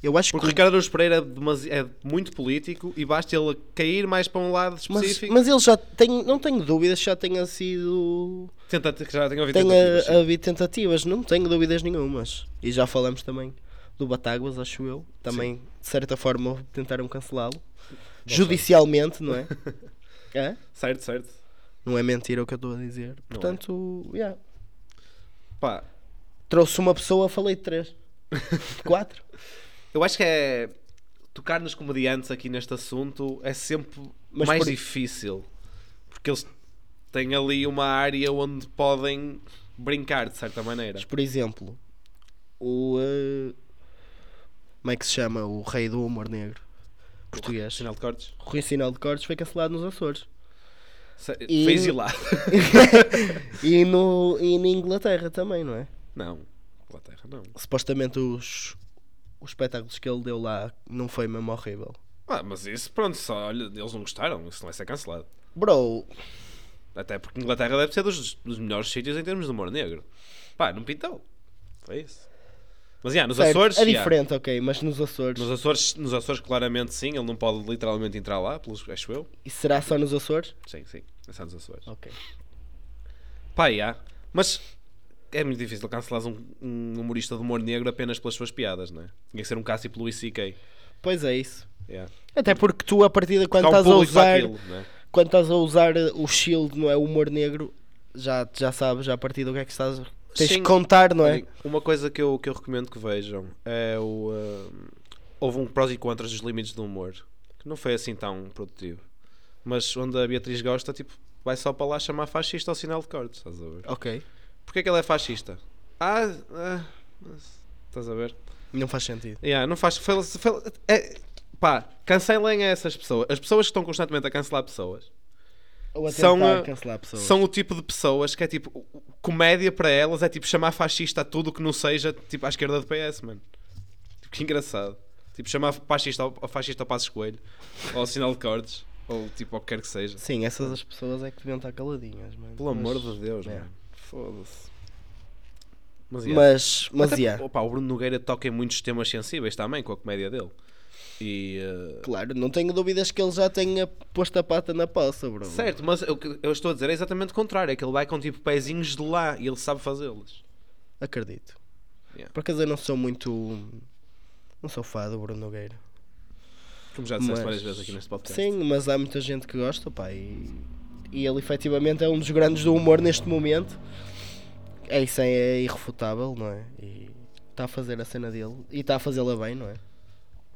Eu acho Porque o que... Ricardo Araújo Pereira é, demasi- é muito político e basta ele cair mais para um lado Mas, específico. mas ele já tem... Não tenho dúvidas já tenha sido... Tenta, que já tenho ouvido assim. tentativas, sim. Tenha havido tentativas, não tenho dúvidas nenhumas. E já falamos também do Batáguas, acho eu. Também, de certa forma, tentaram cancelá-lo. Judicialmente, não é? é? Certo, certo. Não é mentira o que eu estou a dizer. é. Portanto, yeah. Pá, trouxe uma pessoa, falei de três. De Quatro. eu acho que é. Tocar nos comediantes aqui neste assunto é sempre Mas mais por- difícil. Porque eles têm ali uma área onde podem brincar, de certa maneira. Mas, por exemplo, o. eh, como é que se chama? O rei do humor negro português. Sinal de cortes. O Rui Sinal de Cortes foi cancelado nos Açores. Se- E- Fez ir lá. e, no, e na Inglaterra também, não é? Não, Inglaterra não. supostamente os, os espetáculos que ele deu lá não foi mesmo horrível. Ah, mas isso, pronto, só, olha, eles não gostaram, isso não vai ser cancelado. Bro, Até porque Inglaterra deve ser dos, dos melhores sítios em termos de humor negro. Pá, não pintou. Foi isso. Mas, já, nos certo, Açores... é já. diferente, ok, mas nos Açores. Nos Açores, nos Açores, claramente, sim. Ele não pode literalmente entrar lá, pelos, acho eu. E será só nos Açores? Sim, sim. É só nos Açores. Ok. Pá, já. Mas é muito difícil cancelar um, um humorista de humor negro apenas pelas suas piadas, não é? Tinha que ser um Cássio pelo ICK. Pois é isso. Yeah. Até porque tu, a partir de quando Porque há um estás a público para usar, aquilo, não é? quando estás a usar o shield, não é o humor negro, já já sabes já a partir do que é que estás tens Sim. que contar, não é? Uma coisa que eu, que eu recomendo que vejam é o. ah, houve um prós e contras dos limites do humor, que não foi assim tão produtivo. Mas onde a Beatriz gosta, tipo, vai só para lá chamar fascista ao sinal de cortes, estás a ver? Ok. Porquê é que ela é fascista? Ah, ah, mas- estás a ver? Não faz sentido. Yeah, não faz. Foi, foi- é, pá, cancelem essas pessoas. As pessoas que estão constantemente a cancelar pessoas Ou a São, tentar uh, cancelar pessoas. são o tipo de pessoas que é tipo. o- o- Comédia para elas é tipo chamar fascista a tudo que não seja tipo à esquerda do PS, mano. Tipo, que engraçado. Tipo, chamar fascista ao, ao fascista ao Passos Coelho, ou ao sinal de cordes, ou tipo ao que quer que seja. Sim, essas as pessoas é que deviam estar caladinhas, mano. Pelo Mas- amor de Deus, é. mano. Foda-se. Mas, yeah. Mas, mas, é. Até- yeah. opa, o Bruno Nogueira toca em muitos temas sensíveis também com a comédia dele. E. eh, Claro, não tenho dúvidas que ele já tenha posto a pata na poça, bro. Certo, mas o que eu estou a dizer é exatamente o contrário: é que ele vai com tipo pezinhos de lá e ele sabe fazê-los. Acredito. Yeah. Por acaso eu não sou muito. Não sou fã do Bruno Nogueira. Como já disseste Mas- várias vezes aqui neste podcast. Sim, mas há muita gente que gosta, pá. E, e ele efetivamente é um dos grandes do humor neste momento. É isso aí, é irrefutável, não é? E está a fazer a cena dele. E está a fazê-la bem, não é?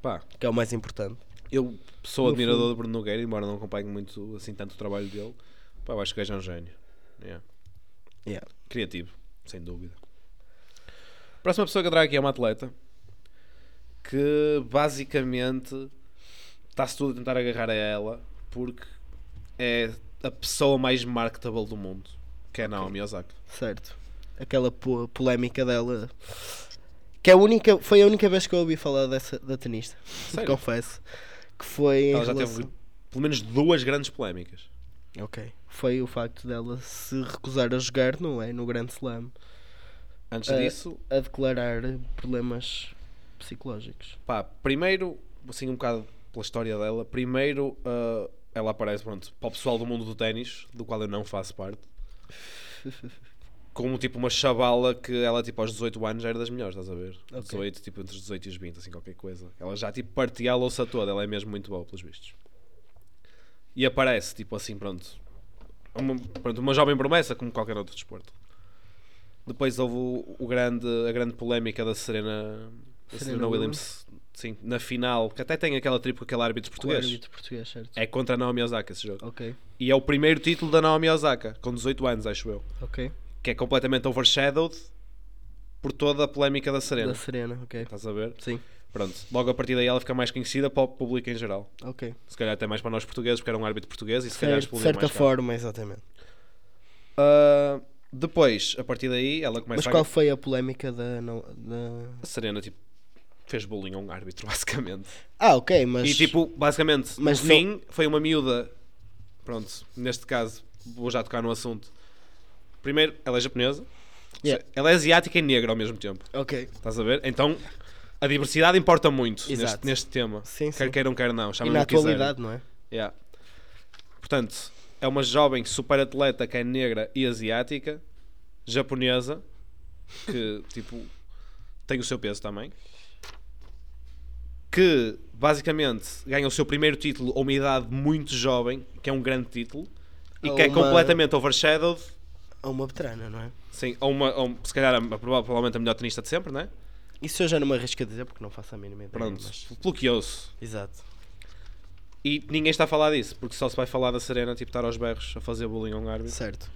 Pá, Que é o mais importante. eu sou No admirador do Bruno Nogueira, embora não acompanhe muito assim tanto o trabalho dele. Pá, eu acho que o gajo é um gênio. Yeah. Yeah. Criativo, sem dúvida. A próxima pessoa que eu trago aqui é uma atleta que basicamente está-se tudo a tentar agarrar a ela porque é a pessoa mais marketable do mundo, que é Naomi Osaka. Certo. Aquela po- polémica dela. Que é a única, foi a única vez que eu ouvi falar dessa, da tenista. Sério? Confesso. Que foi em Ela já relação- teve pelo menos duas grandes polémicas. Ok. Foi o facto dela se recusar a jogar, não é? No Grand Slam. Antes Eh, disso, A declarar problemas psicológicos. pá, primeiro, assim um bocado pela história dela, primeiro ah, ela aparece, pronto, para o pessoal do mundo do ténis, do qual eu não faço parte, como tipo uma chavala que ela tipo aos 18 anos já era das melhores, estás a ver? Ok. 18, tipo entre os 18 e os 20, assim qualquer coisa. Ela já tipo partia a louça toda, ela é mesmo muito boa pelos vistos. E aparece, tipo assim, pronto, uma, pronto, uma jovem promessa como qualquer outro desporto. Depois houve o, o grande, a grande polémica da Serena, da Serena Serena Williams, sim, na final, que até tem aquela trip com aquele árbitro O português. árbitro português, certo? É contra a Naomi Osaka esse jogo. Ok. E é o primeiro título da Naomi Osaka, com 18 anos, acho eu. Ok. Que é completamente overshadowed por toda a polémica da Serena. Então. Da Serena, ok. Estás a ver? Sim. Pronto, logo a partir daí ela fica mais conhecida para o público em geral. Ok. Se calhar até mais para nós portugueses, porque era um árbitro português e se calhar Certo, explodiu de certa mais cá. forma, exatamente. Ah, Depois, a partir daí, ela começa Mas a. qual foi a polémica da. Não, da... A Serena, tipo, fez bullying a um árbitro, basicamente. Ah, ok, mas. E, tipo, basicamente, Mas no fim, foi uma miúda. Pronto, neste caso, vou já tocar no assunto. Primeiro, ela é japonesa. Yeah. Ela é asiática e negra ao mesmo tempo. Ok. Estás a ver? Então, a diversidade importa muito neste, Exato. neste tema. Sim, quer sim. queiram, quer não. E Chamem na o que quiserem. atualidade, não é? Yeah. Portanto, é uma jovem super atleta que é negra e asiática, japonesa, que tipo tem o seu peso também, que basicamente ganha o seu primeiro título a uma idade muito jovem, que é um grande título, e A que é uma- completamente overshadowed. Ou uma veterana, não é? Sim, a uma, a um- se calhar, a, a- provavelmente a melhor tenista de sempre, né? Isso eu já não me arrisco a dizer porque não faço a mínima ideia. Pronto, mas- pelo que ouço. Exato. E ninguém está a falar disso, porque só se vai falar da Serena, tipo, estar aos berros a fazer bullying a um árbitro. Certo.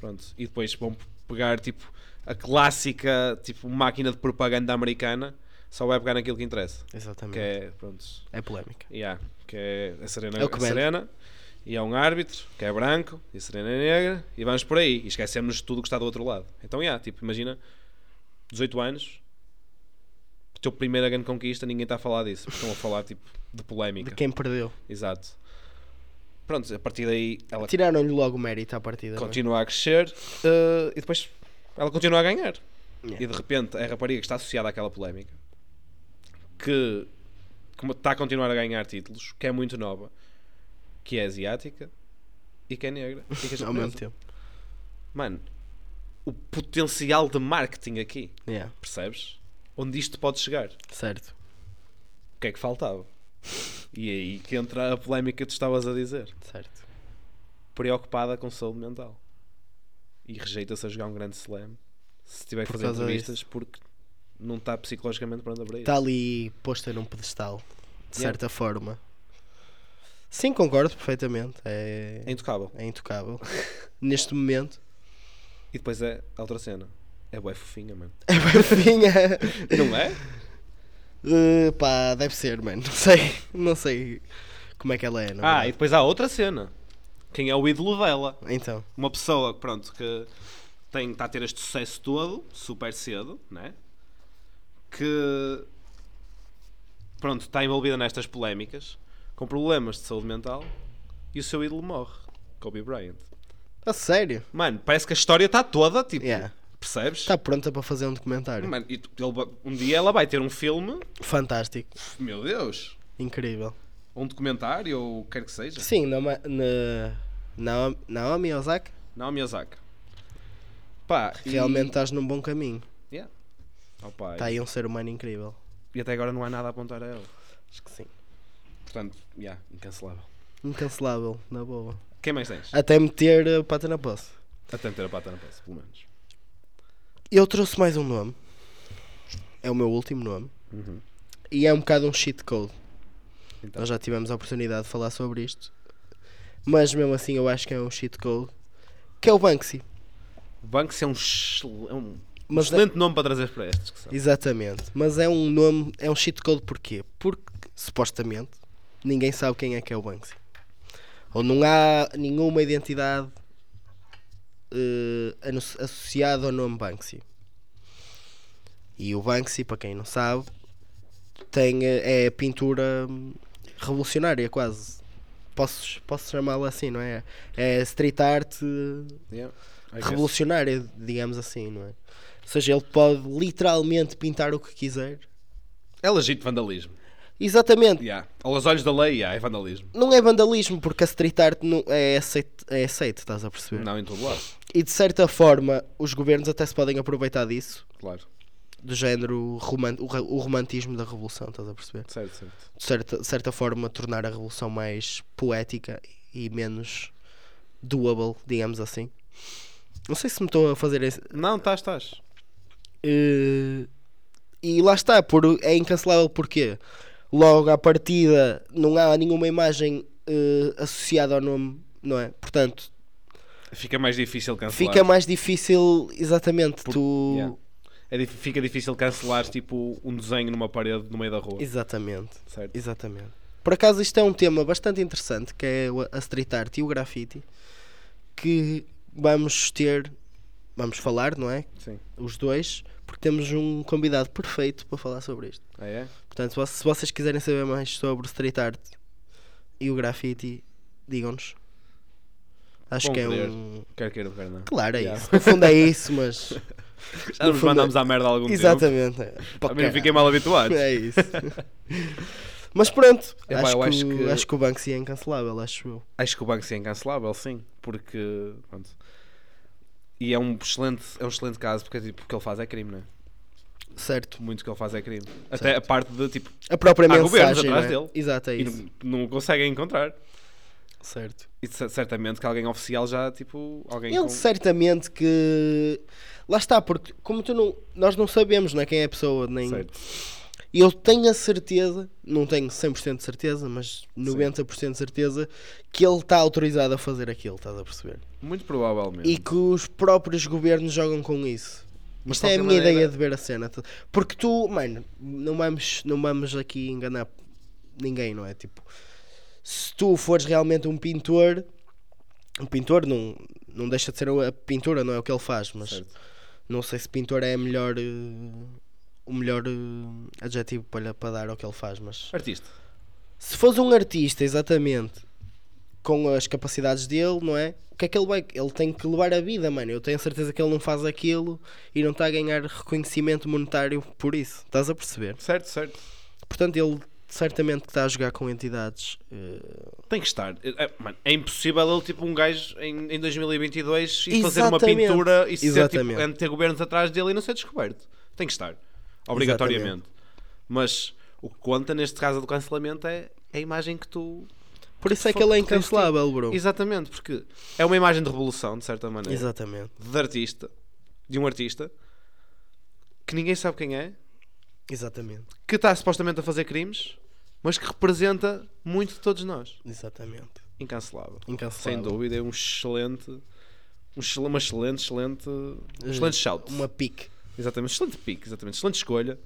Pronto, e depois vão pegar tipo a clássica tipo máquina de propaganda americana, só vai pegar naquilo que interessa, que Exatamente. É... é, pronto, polémica. yeah, que é a Serena, É o que a vende. Serena e é um árbitro que é branco e a Serena é negra e vamos por aí e esquecemos de tudo o que está do outro lado. Então, yeah, tipo, imagina 18 anos, teu primeira grande conquista, ninguém está a falar disso, porque estão a falar tipo de polémica. De quem perdeu. Exato. Pronto, a partir daí ela Tiraram-lhe logo o mérito à partida. não é? continua a crescer eh, e depois ela continua a ganhar. Yeah. E de repente é a rapariga que está associada àquela polémica que como está a continuar a ganhar títulos, que é muito nova, que é asiática e que é negra. E que é Ao mesmo japonesa. tempo. Mano, o potencial de marketing aqui, Yeah. percebes? Onde isto pode chegar? Certo. O que é que faltava? E é aí que entra a polémica que tu estavas a dizer. Certo. preocupada com saúde mental e rejeita-se a jogar um grande slam se tiver Por que fazer causa Tá. entrevistas porque não está psicologicamente pronta para isso. Está ali posta num pedestal. De certa forma. Sim, concordo perfeitamente. É, É intocável. é intocável. Neste momento. E depois é a outra cena. É bué fofinha, mano. É bem Não é? Uh, pá, deve ser, mano. Não sei, não sei como é que ela é, não Ah, e depois há outra cena. Quem é o ídolo dela? Então, Uma pessoa, pronto, que tem, está a ter este sucesso todo, super cedo, né? Que, pronto, está envolvida nestas polémicas, com problemas de saúde mental, e o seu ídolo morre. Kobe Bryant. a sério? Mano, parece que a história está toda, tipo, Yeah. percebes? Está pronta para fazer um documentário. Mano, e tu- ele va- um dia ela vai ter um filme, Fantástico, meu Deus, incrível. um documentário ou o que quer que seja. Sim, na, na, na Naomi Osaka, Não, Miyazaki. Pá, e- realmente estás num bom caminho. Yeah. Oh, pá, Está aí um ser humano incrível. E até agora não há nada a apontar a ela. Acho que sim. Portanto, yeah, incancelável. Incancelável, na boa. Quem mais tens? Até meter uh, pata na posse. Até meter a pata na peça, pelo menos. Eu trouxe mais um nome. É o meu último nome. Uhum. E é um bocado um cheat code. Então. Nós já tivemos a oportunidade de falar sobre isto. Mas mesmo assim eu acho que é um cheat code. Que é o Banksy. Banks é um, excel- é um Mas excelente nome para trazer para esta discussão. Exatamente. Mas é um nome, é um cheat code porquê? Porque supostamente ninguém sabe quem é que é o Banksy. Ou não há nenhuma identidade eh, ano- associada ao nome Banksy. E o Banksy, para quem não sabe, tem, eh, é pintura hum, revolucionária quase. Posso, posso chamá-la assim, não é? É street art eh, Yeah, I guess. revolucionária, digamos assim, não é? Ou seja, ele pode literalmente pintar o que quiser. É legítimo vandalismo. Exatamente. Yeah. Aos olhos da lei, yeah, é vandalismo. Não é vandalismo, porque a street art não é aceito, é aceito, estás a perceber? Não em todo lado, E de certa forma, os governos até se podem aproveitar disso, claro. do género roman o, ra- o romantismo da revolução, estás a perceber? Certo, certo. De certa, de certa forma, tornar a revolução mais poética e menos doable, digamos assim. Não sei se me estou a fazer esse- Não, estás, estás. Eh, e lá está, por, é incancelável porque logo à partida não há nenhuma imagem eh, associada ao nome, não é? Portanto, Fica mais difícil cancelar. fica mais difícil exatamente tu. Yeah. É dif- Fica difícil cancelar tipo um desenho numa parede no meio da rua. Exatamente, Certo. exatamente. Por acaso isto é um tema bastante interessante que é o- a street art e o graffiti que vamos ter vamos falar, não é? Sim. Os dois, porque temos um convidado perfeito para falar sobre isto. Ah, é? Portanto, vo- se vocês quiserem saber mais sobre o street art e o graffiti, digam-nos. Acho Bom que é poder. um. Quer queira, quer não. Claro, é Yeah. isso. No fundo é isso, mas. Já nos fundo- é mandámos à merda há algum tempo. Exatamente. é. Pá, Também não caralho. fiquei mal habituado. É isso. mas pronto, É pá, acho, eu que, acho que- acho que o Banksy é incancelável, acho eu. Acho que o Banksy é incancelável, sim, porque pronto. E é um excelente, é um excelente caso porque tipo, o que ele faz é crime, não é? Certo. Muito que ele faz é crime. Até a parte de tipo, A própria Há governos mensagem. atrás não é? dele. Exato, é e isso. n- não o conseguem encontrar. Certo. E cer- certamente que alguém oficial já tipo, alguém Ele com- certamente que. Lá está, porque como tu não. Nós não sabemos não é, quem é a pessoa, nem. Certo. E Eu tenho a certeza, não tenho 100% de certeza, mas 90% de certeza, que ele está autorizado a fazer aquilo, estás a perceber? Muito provavelmente. E que os próprios governos jogam com isso. Mas Isto é a qualquer minha maneira- ideia de ver a cena. tá- Porque tu, mano, não vamos, não vamos aqui enganar ninguém, não é? Tipo, se tu fores realmente um pintor, um pintor não, não deixa de ser a pintura, não é o que ele faz, mas Certo. não sei se pintor é a melhor, eh, o melhor eh, adjetivo para, lhe- para dar ao que ele faz, mas Artista. se fores um artista, exatamente, com as capacidades dele, não é? O que é que ele vai. Ele tem que levar a vida, mano. Eu tenho a certeza que ele não faz aquilo e não está a ganhar reconhecimento monetário por isso. Estás a perceber? Certo, certo. Portanto, ele certamente que está a jogar com entidades. eh, Tem que estar. É, é- mano, é impossível ele, tipo, um gajo em, em 2022 e fazer uma Exatamente. pintura e ser, tipo, Exatamente. é ter governos atrás dele e não ser descoberto. Tem que estar. Obrigatoriamente. Mas o que conta neste caso do cancelamento é a imagem que tu. Por isso é Fo- que ele é tu tens de- incancelável, bro. Exatamente, porque é uma imagem de revolução, de certa maneira. Exatamente. De artista. De um artista que ninguém sabe quem é, Exatamente. que está supostamente a fazer crimes, mas que representa muito de todos nós. Exatamente. Incancelável. Sem Incancelável. dúvida, é um excelente. Um excel- uma excelente, excelente. Um excelente shout. Eh, Uma pique. Exatamente, excelente pick, exatamente, excelente escolha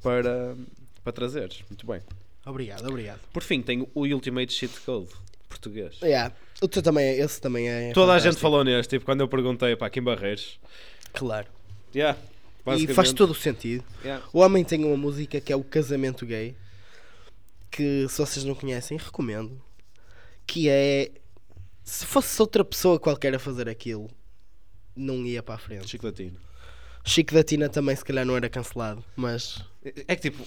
para, para trazeres. Muito bem. Obrigado, obrigado. Por fim, tenho o Ultimate Cheat Code português. Yeah. O teu também é, esse também é. Toda a fantástico. gente falou neste, tipo, quando eu perguntei para quem barreiros. Claro. Yeah, E basicamente, faz todo o sentido. yeah. O homem tem uma música que é o Casamento Gay, que se vocês não conhecem, recomendo. Que é se fosse outra pessoa qualquer a fazer aquilo, não ia para a frente. Chicletinho. Chico da Tina também se calhar não era cancelado, mas É é que tipo.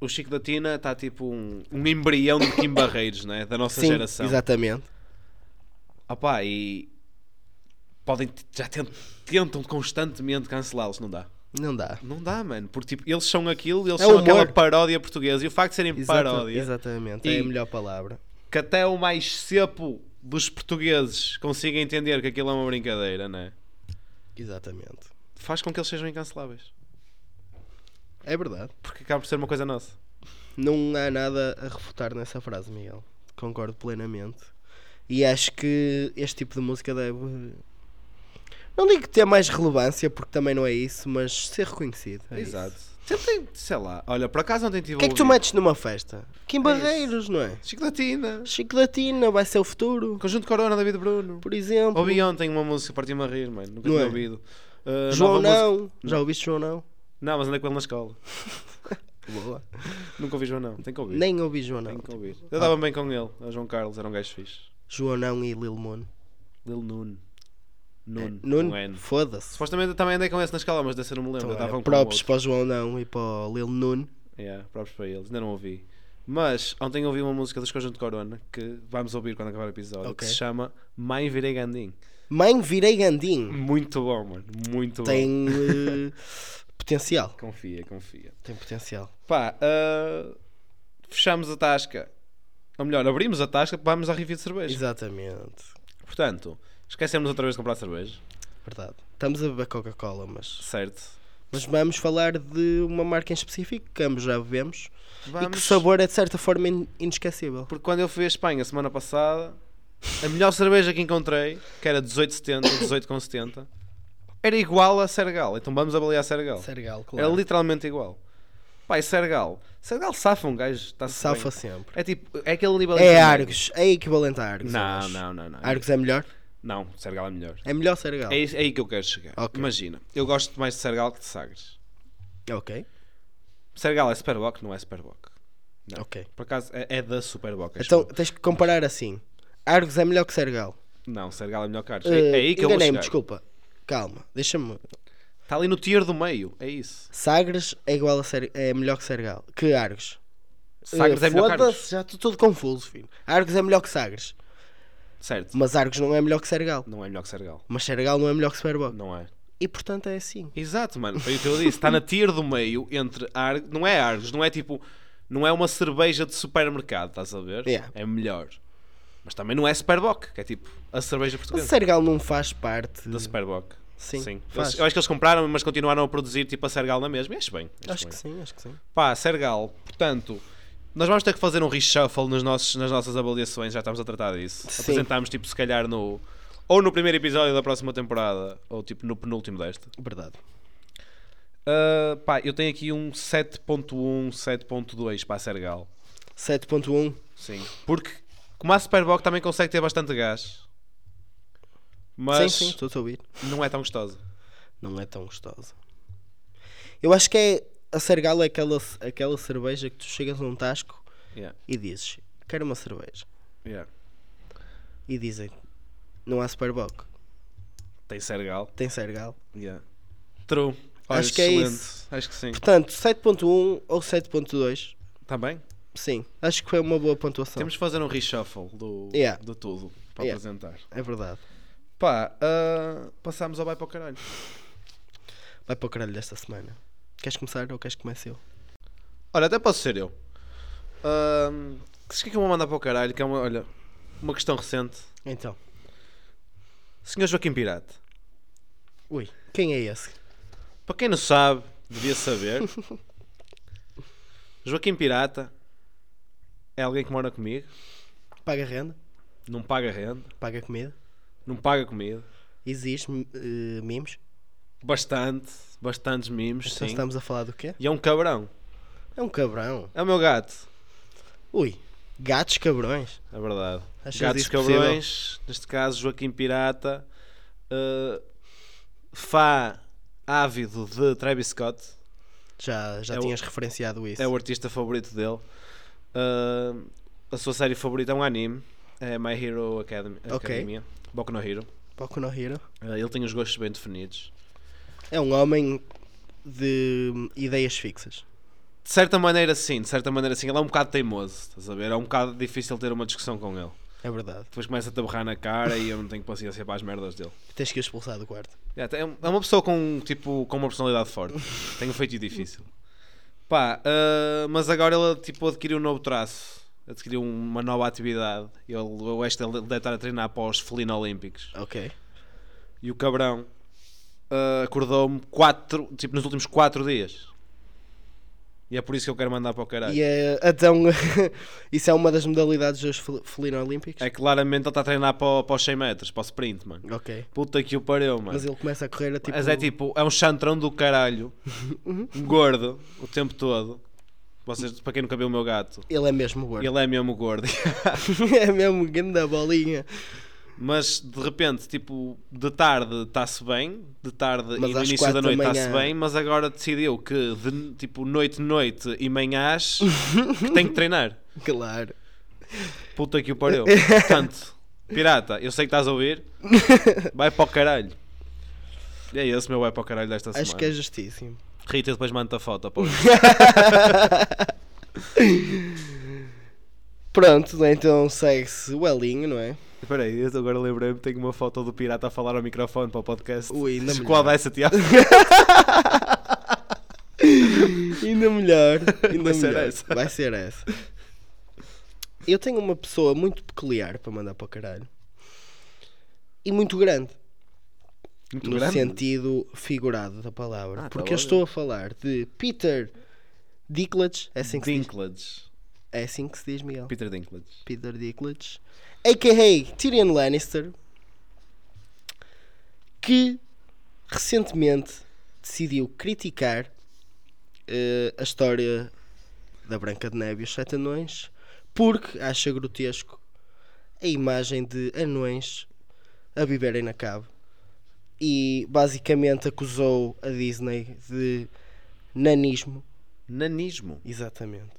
O Chico da Tina está tipo um, um embrião de Kim Barreiros, né? Da nossa sim, geração. exatamente. Opá, e podem já tent- tentam constantemente cancelá-los, não dá. Não dá. Não dá, mano, porque tipo, eles são aquilo, eles É são humor. aquela paródia portuguesa e o facto de serem Exata- paródia, Exatamente, E- é a melhor palavra. que até o mais cepo dos portugueses consiga entender que aquilo é uma brincadeira, né? Exatamente. Faz com que eles sejam incanceláveis, É verdade. porque acaba por ser uma coisa nossa. Não há nada a refutar nessa frase, Miguel. Concordo plenamente. E acho que este tipo de música deve. Não digo ter mais relevância, porque também não é isso, mas ser reconhecido. é isso. Exato. Tentem, sei lá, olha, por acaso ontem tive um O que é que tu metes numa festa? Kim Barreiros, não é? Chiclatina, Chico da Tina vai ser o futuro, Um Conjunto Corona, David Bruno. por exemplo. Ouvi ontem uma música, partiu-me a rir, mano, nunca Uhum. Não tinha é? ouvido. Uh, João nova música- não. Já ouviste João não? Não, mas andei com ele na escola. Boa. Nunca ouvi João, não. Tem que ouvir. Nem ouvi João não. Tem que ouvir. Eu dava bem com ele. O João Carlos era um gajo fixe. João não e Lil Moon. Lil Nuno. Nuno. Nuno, com Um N. foda-se. Supostamente eu também andei com esse na escola, mas dessa eu não me lembro. Então, eu dava era com o Props outro. para o João não e para o Lil Nuno. Yeah, próprios para eles. Ainda não ouvi. Mas ontem ouvi uma música dos Conjunto Corona que vamos ouvir quando acabar o episódio Ok. que se chama Mãe Virei Gandim. Mãe, virei Gandim. Muito bom, mano. Muito bom. tem eh, potencial. Confia, confia. Tem potencial. Pá, ah, fechamos a tasca. Ou melhor, abrimos a tasca, vamos à review de cerveja. Exatamente. Portanto, esquecemos outra vez de comprar cerveja. Verdade. Estamos a beber Coca-Cola, mas, Certo. mas vamos falar de uma marca em específico que ambos já bebemos e que o Vamos. sabor é de certa forma in- inesquecível. Porque quando eu fui à Espanha semana passada, a melhor cerveja que encontrei, que era 18,70, 18,70, era igual a Sergal. Então vamos avaliar Sergal. Sergal, Era claro. É literalmente igual. Pai, Sergal. Sergal safa um gajo. Está Safa sempre. É tipo, é aquele nível. É intermédio. Argos, é equivalente a Argos. eu Não, acho. não, não, não. Argos é melhor? Não, Sergal é melhor. É melhor Sergal. É, isso- é aí que eu quero chegar. Ok. Imagina, eu gosto mais de Sergal que de Sagres. Ok, Sergal é Superbock, não é Superbock. Não. ok. Por acaso é, é da Superbock. acho Então eu. tens que comparar assim. Argos é melhor que Sergal. Não, Sergal é melhor que Ares. Eh, é, é aí que eu vou Enganei-me, chegar. desculpa. Calma, deixa-me. Está ali no tier do meio, é isso. Sagres é igual a Ser... é melhor que Sergal. Que Argos. Sagres é melhor que Ares. Eh, Foda-se, já estou todo confuso, filho. Argos é melhor que Sagres. Certo. Mas Argos não é melhor que Sergal. Não é melhor que Sergal. Mas Sergal não é melhor que Superbock. Não é. E portanto é assim. Exato, mano. Foi o que eu disse. Está na tier do meio entre Argos. Não é Argos, não é tipo. Não é uma cerveja de supermercado, estás a ver? Yeah. É melhor. Mas também não é Superbock, que é tipo a cerveja Mas portuguesa. Sergal não faz parte. Da Superbock. é- Sim, faz. Eles- eu acho que eles compraram, mas continuaram a produzir tipo a Sergal na mesma. E acho bem. Acho bem. que sim, acho que sim. Pá, Sergal, portanto, nós vamos ter que fazer um reshuffle nos nossos, nas nossas avaliações, já estamos a tratar disso. Sim. Apresentámos, tipo, se calhar no. Ou no primeiro episódio da próxima temporada, ou tipo no penúltimo desta. Verdade. Ah, pá, eu tenho aqui um 7.1, 7.2 para a Sergal. 7.1. Sim. Porque, como a Superbock também consegue ter bastante gás, mas Sim, sim, estou a ouvir. não é tão gostosa. Não é tão gostosa. Eu acho que é. A Sergal é aquela, aquela cerveja que tu chegas a um tasco Yeah, e dizes: Quero uma cerveja. yeah. E dizem: Não há Superbock. Tem Sergal. Tem Sergal. Yeah. True. Olha, Acho que é excelente. isso. Acho que sim. Tá Portanto, 7.1 ou 7.2. Também? Sim, acho que foi uma boa pontuação. Temos de fazer um reshuffle do, Então. Yeah. de tudo para Yeah. apresentar. É verdade. Pá, ah, passámos ao vai para o caralho. Vai para o caralho desta semana. Queres começar ou queres que comece eu? Olha, até posso ser eu. Uh, o que é que eu vou mandar para o caralho? Que é uma, olha, uma questão recente. Então. Senhor Joaquim Pirata, Ui, quem é esse? para quem não sabe, devia saber. Joaquim Pirata é alguém que mora comigo, Paga renda? não paga renda, Paga comida? não paga comida. Exige eh, mimos? Bastante, bastantes mimos, Então sim. estamos a falar do quê? E é um cabrão. É um cabrão. É o meu gato. Ui, gatos cabrões. É verdade. Achas Gatos isso possível? Cabrões, neste caso Joaquim Pirata, uh, fã ávido de Travis Scott, Já, já É o- tinhas referenciado isso. é o artista favorito dele. Uh, a sua série favorita é um anime, é My Hero Academy, Ok. Academia, Boku no Hero. Boku no Hero. Uh, ele tem os gostos bem definidos. É um homem de hum, ideias fixas. De certa maneira, sim, de certa maneira, sim. Ele é um bocado teimoso, estás a ver? É um bocado difícil ter uma discussão com ele. É verdade. Depois começa-te a berrar na cara e eu não tenho paciência para as merdas dele. Tens que o expulsar do quarto. É, tem- é uma pessoa com, tipo, com uma personalidade forte. Tem um feito difícil. Pá, ah, mas agora ele tipo, adquiriu um novo traço. Adquiriu uma nova atividade. Ele, eu acho que ele deve estar a treinar para os felino olímpicos. Ok. E o cabrão ah, acordou-me quatro, tipo, nos últimos quatro dias. E é por isso que eu quero mandar para o caralho. E eh, então, isso é uma das modalidades dos fel- felino olímpicos? É que claramente ele está a treinar para, o- para os 100 metros, para o sprint, mano. Ok. Puta que o pariu, mano. Mas ele começa a correr a tipo. Uhum. Mas é tipo, é um chantrão do caralho, gordo, o tempo todo. Vocês, para quem nunca viu o meu gato, Ele é mesmo gordo. ele é mesmo gordo. é mesmo grande a bolinha. Mas de repente, tipo, de tarde está-se bem, de tarde Mas e no às início da quatro da noite está-se manhã- bem, mas agora decidiu que de, tipo, noite, noite e manhãs que tem que treinar. Claro. Puta que o pariu. Portanto, pirata, eu sei que estás a ouvir, vai para o caralho. E é esse meu vai para o caralho desta semana. Acho que é justíssimo. Rita, depois manda a foto. Pô. Pronto, né, então segue-se o Elinho, não é? Espera aí, eu agora lembrei-me, tenho uma foto do pirata a falar ao microfone para o podcast. Ui, ainda melhor. Qual essa, Tiago? Ainda melhor. Ainda Vai ser melhor. essa. Vai ser essa. Eu tenho uma pessoa muito peculiar para mandar para o caralho. E muito grande. Muito no grande. sentido figurado da palavra. Ah, tá porque bom. eu estou a falar de Peter Dinklage. É assim que, se diz, Dinklage. é assim que se diz, Miguel. Peter Dinklage. Peter Dinklage, a.k.a. Tyrion Lannister, que recentemente decidiu criticar eh, a história da Branca de Neve e os Sete Anões porque acha grotesco a imagem de anões a viverem na cave. E basicamente acusou a Disney de nanismo. Nanismo. Exatamente.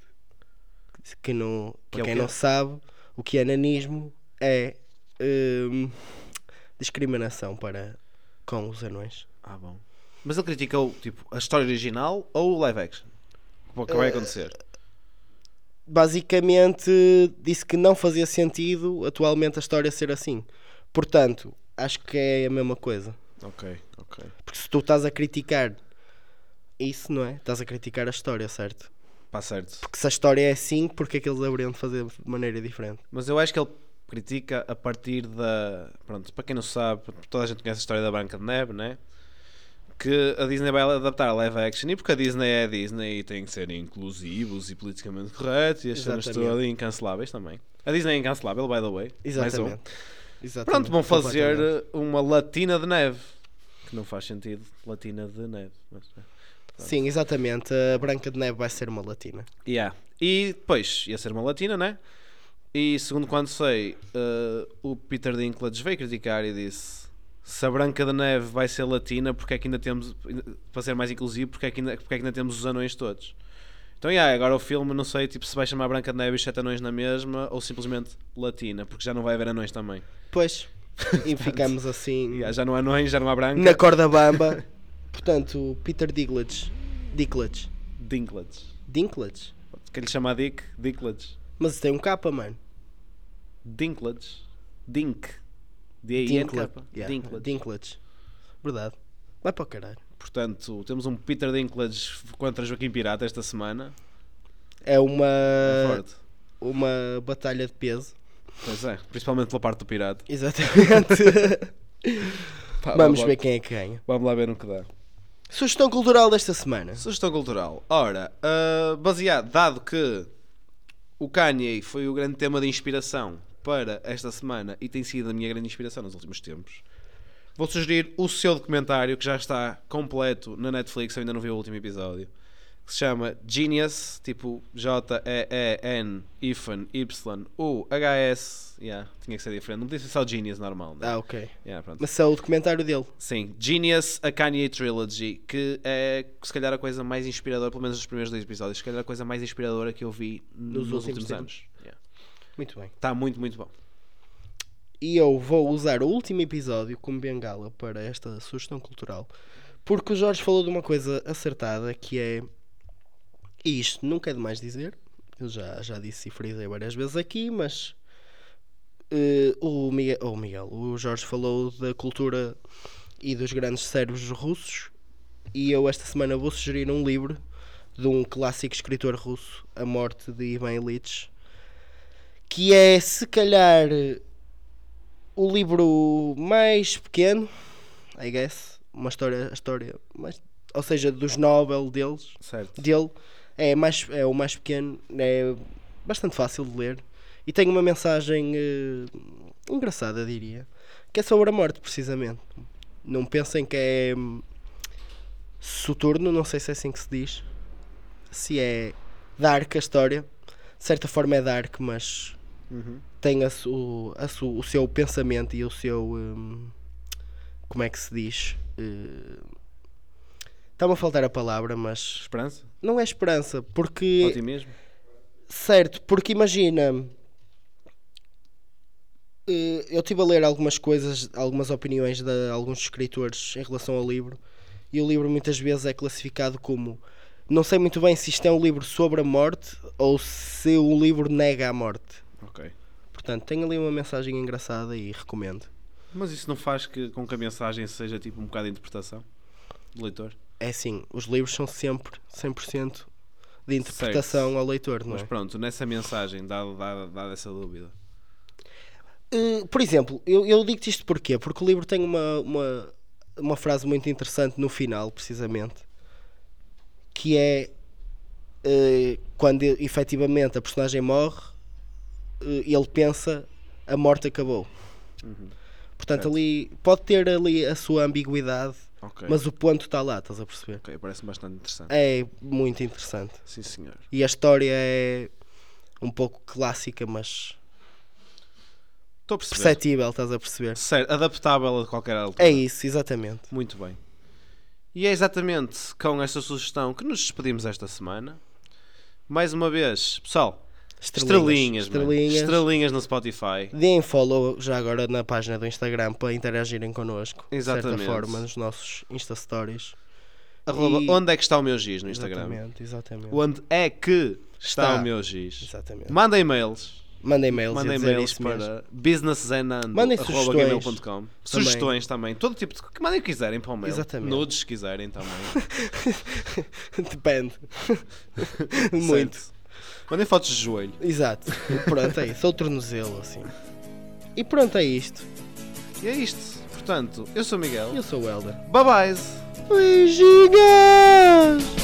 Que não, para é o quem quê? não sabe, o que é nanismo é hum, discriminação para com os anões. Ah, bom. Mas ele criticou, tipo, a história original ou o live action? Eh, O que vai acontecer? basicamente disse que não fazia sentido atualmente a história ser assim. Portanto, acho que é a mesma coisa. Ok, ok. Porque se tu estás a criticar isso, não é? Estás a criticar a história, certo? Pá, certo. Porque se a história é assim, porque é que eles haveriam de fazer de maneira diferente? Mas eu acho que ele critica a partir da. Pronto, para quem não sabe, toda a gente conhece a história da Branca de Neve, né? Que a Disney vai adaptar a live action e porque a Disney é a Disney e tem que ser inclusivos e politicamente corretos e as cenas Exatamente. todas e incanceláveis também. A Disney é incancelável, by the way. Mais um. Exatamente. Exatamente. Pronto, vão fazer Completamente. uh, uma latina de neve. Que não faz sentido, latina de neve. Mas, é. Sim, exatamente. A Branca de Neve vai ser uma latina. Yeah. E depois ia ser uma latina, né? E segundo quando sei, eh, o Peter Dinklage veio criticar e disse: se a Branca de Neve vai ser latina, porque é que ainda temos, para ser mais inclusivo, porque é que ainda, porque é que ainda temos os anões todos? Então, yeah, agora o filme, não sei tipo, se vai chamar Branca de Neve e os Sete Anões na mesma ou simplesmente Latina, porque já não vai haver anões também. Pois. E ficamos assim. Yeah, já não há anões, já não há Branca. Na corda bamba. Portanto, Peter Dinklage. Dinklage. Dinklage. Dinklage. Quer lhe chamar Dick? Dinklage. Mas tem um capa, mano. Dinklage. Dink. D-I-N-K. Yeah, é Dinklage. Dinklage. Verdade. Vai para o caralho. Portanto, temos um Peter Dinklage contra Joaquim Pirata esta semana. É uma, É forte. uma batalha de peso. Pois é, principalmente pela parte do pirata. Exatamente. Pá, Vamos lá- ver quem é que ganha. Vamos lá ver no que dá. Sugestão cultural desta semana. Sugestão cultural. Ora, ah, baseado, dado que o Kanye foi o grande tema de inspiração para esta semana e tem sido a minha grande inspiração nos últimos tempos, vou sugerir o seu documentário que já está completo na Netflix, eu ainda não vi o último episódio, que se chama Genius, tipo J-E-E-N-Y-U-H-S. Yeah, tinha que ser diferente, não podia ser só Genius normal, né? Ah, ok. Yeah, pronto. Mas é o documentário dele. Sim, Genius, a Kanye Trilogy, que é se calhar a coisa mais inspiradora, pelo menos nos primeiros dois episódios, se calhar a coisa mais inspiradora que eu vi nos, últimos, últimos anos. Yeah. Muito bem. Está muito, muito bom. E eu vou usar o último episódio como bengala para esta sugestão cultural. Porque o Jorge falou de uma coisa acertada que é. E isto nunca é demais dizer. Eu já, já disse e frisei várias vezes aqui, mas. eh, o, Miguel, o Miguel, o Jorge falou da cultura e dos grandes cérebros russos. E eu esta semana vou sugerir um livro de um clássico escritor russo, A Morte de Ivan Illich, que é se calhar o livro mais pequeno, I guess, uma história, a história mais, ou seja, dos Nobel deles, Certo. dele, é, mais, é o mais pequeno, é bastante fácil de ler e tem uma mensagem eh, engraçada, diria, que é sobre a morte, precisamente. Não pensem que é hum, soturno, não sei se é assim que se diz, se é dark a história, de certa forma é dark, mas Uhum. tem a su, a su- o seu pensamento e o seu. hum, como é que se diz? Eh, Está-me a faltar a palavra, mas Esperança? não é esperança, porque. Otimismo? Certo, porque imagina. eh, Eu estive a ler algumas coisas, algumas opiniões de alguns escritores em relação ao livro, e o livro muitas vezes é classificado como. Não sei muito bem se isto é um livro sobre a morte ou se o livro nega a morte. Ok. Portanto, tem ali uma mensagem engraçada e recomendo. Mas isso não faz que, com que a mensagem seja tipo um bocado de interpretação do leitor? É assim, os livros são sempre 100% de interpretação ao leitor, não é? Mas pronto, nessa mensagem, dada dada dada essa dúvida. Eh, por exemplo, eu, eu digo-te isto porquê? Porque o livro tem uma, uma, uma frase muito interessante no final, precisamente, que é eh, quando e- efetivamente a personagem morre, eh, ele pensa a morte acabou. Portanto, Uhum. Certo. ali pode ter ali a sua ambiguidade, Ok. mas o ponto está lá, estás a perceber? Ok, parece bastante interessante. É muito interessante. Sim, senhor. E a história é um pouco clássica, mas Estou a perceber. Perceptível, estás a perceber? Certo, adaptável a qualquer altura. É isso, exatamente. Muito bem. E é exatamente com esta sugestão que nos despedimos esta semana. Mais uma vez, pessoal, estrelinhas, mano. Estrelinhas. Estrelinhas no Spotify. Deem follow já agora na página do Instagram para interagirem connosco. De Exatamente. certa forma, nos nossos Insta Stories. Arroba, Onde é que está o meu giz no Instagram? Exatamente, exatamente. Onde é que está, Está. o meu giz? Exatamente. Manda e-mails. Manda e-mails. Manda ia dizer e-mails isso mesmo. para businesszenando.com. Mandem sugestões. Sugestões também. Todo tipo de. que Mandem o que quiserem para o mail. Exatamente. Nudes, se quiserem também. Depende. Muito. Certo. Mandem fotos de joelho. Exato. E pronto, é isso. Ou tornozelo, assim. E pronto, é isto. E é isto. Portanto, eu sou o Miguel. Eu sou o Helder. Bye-bye. Beijinhos!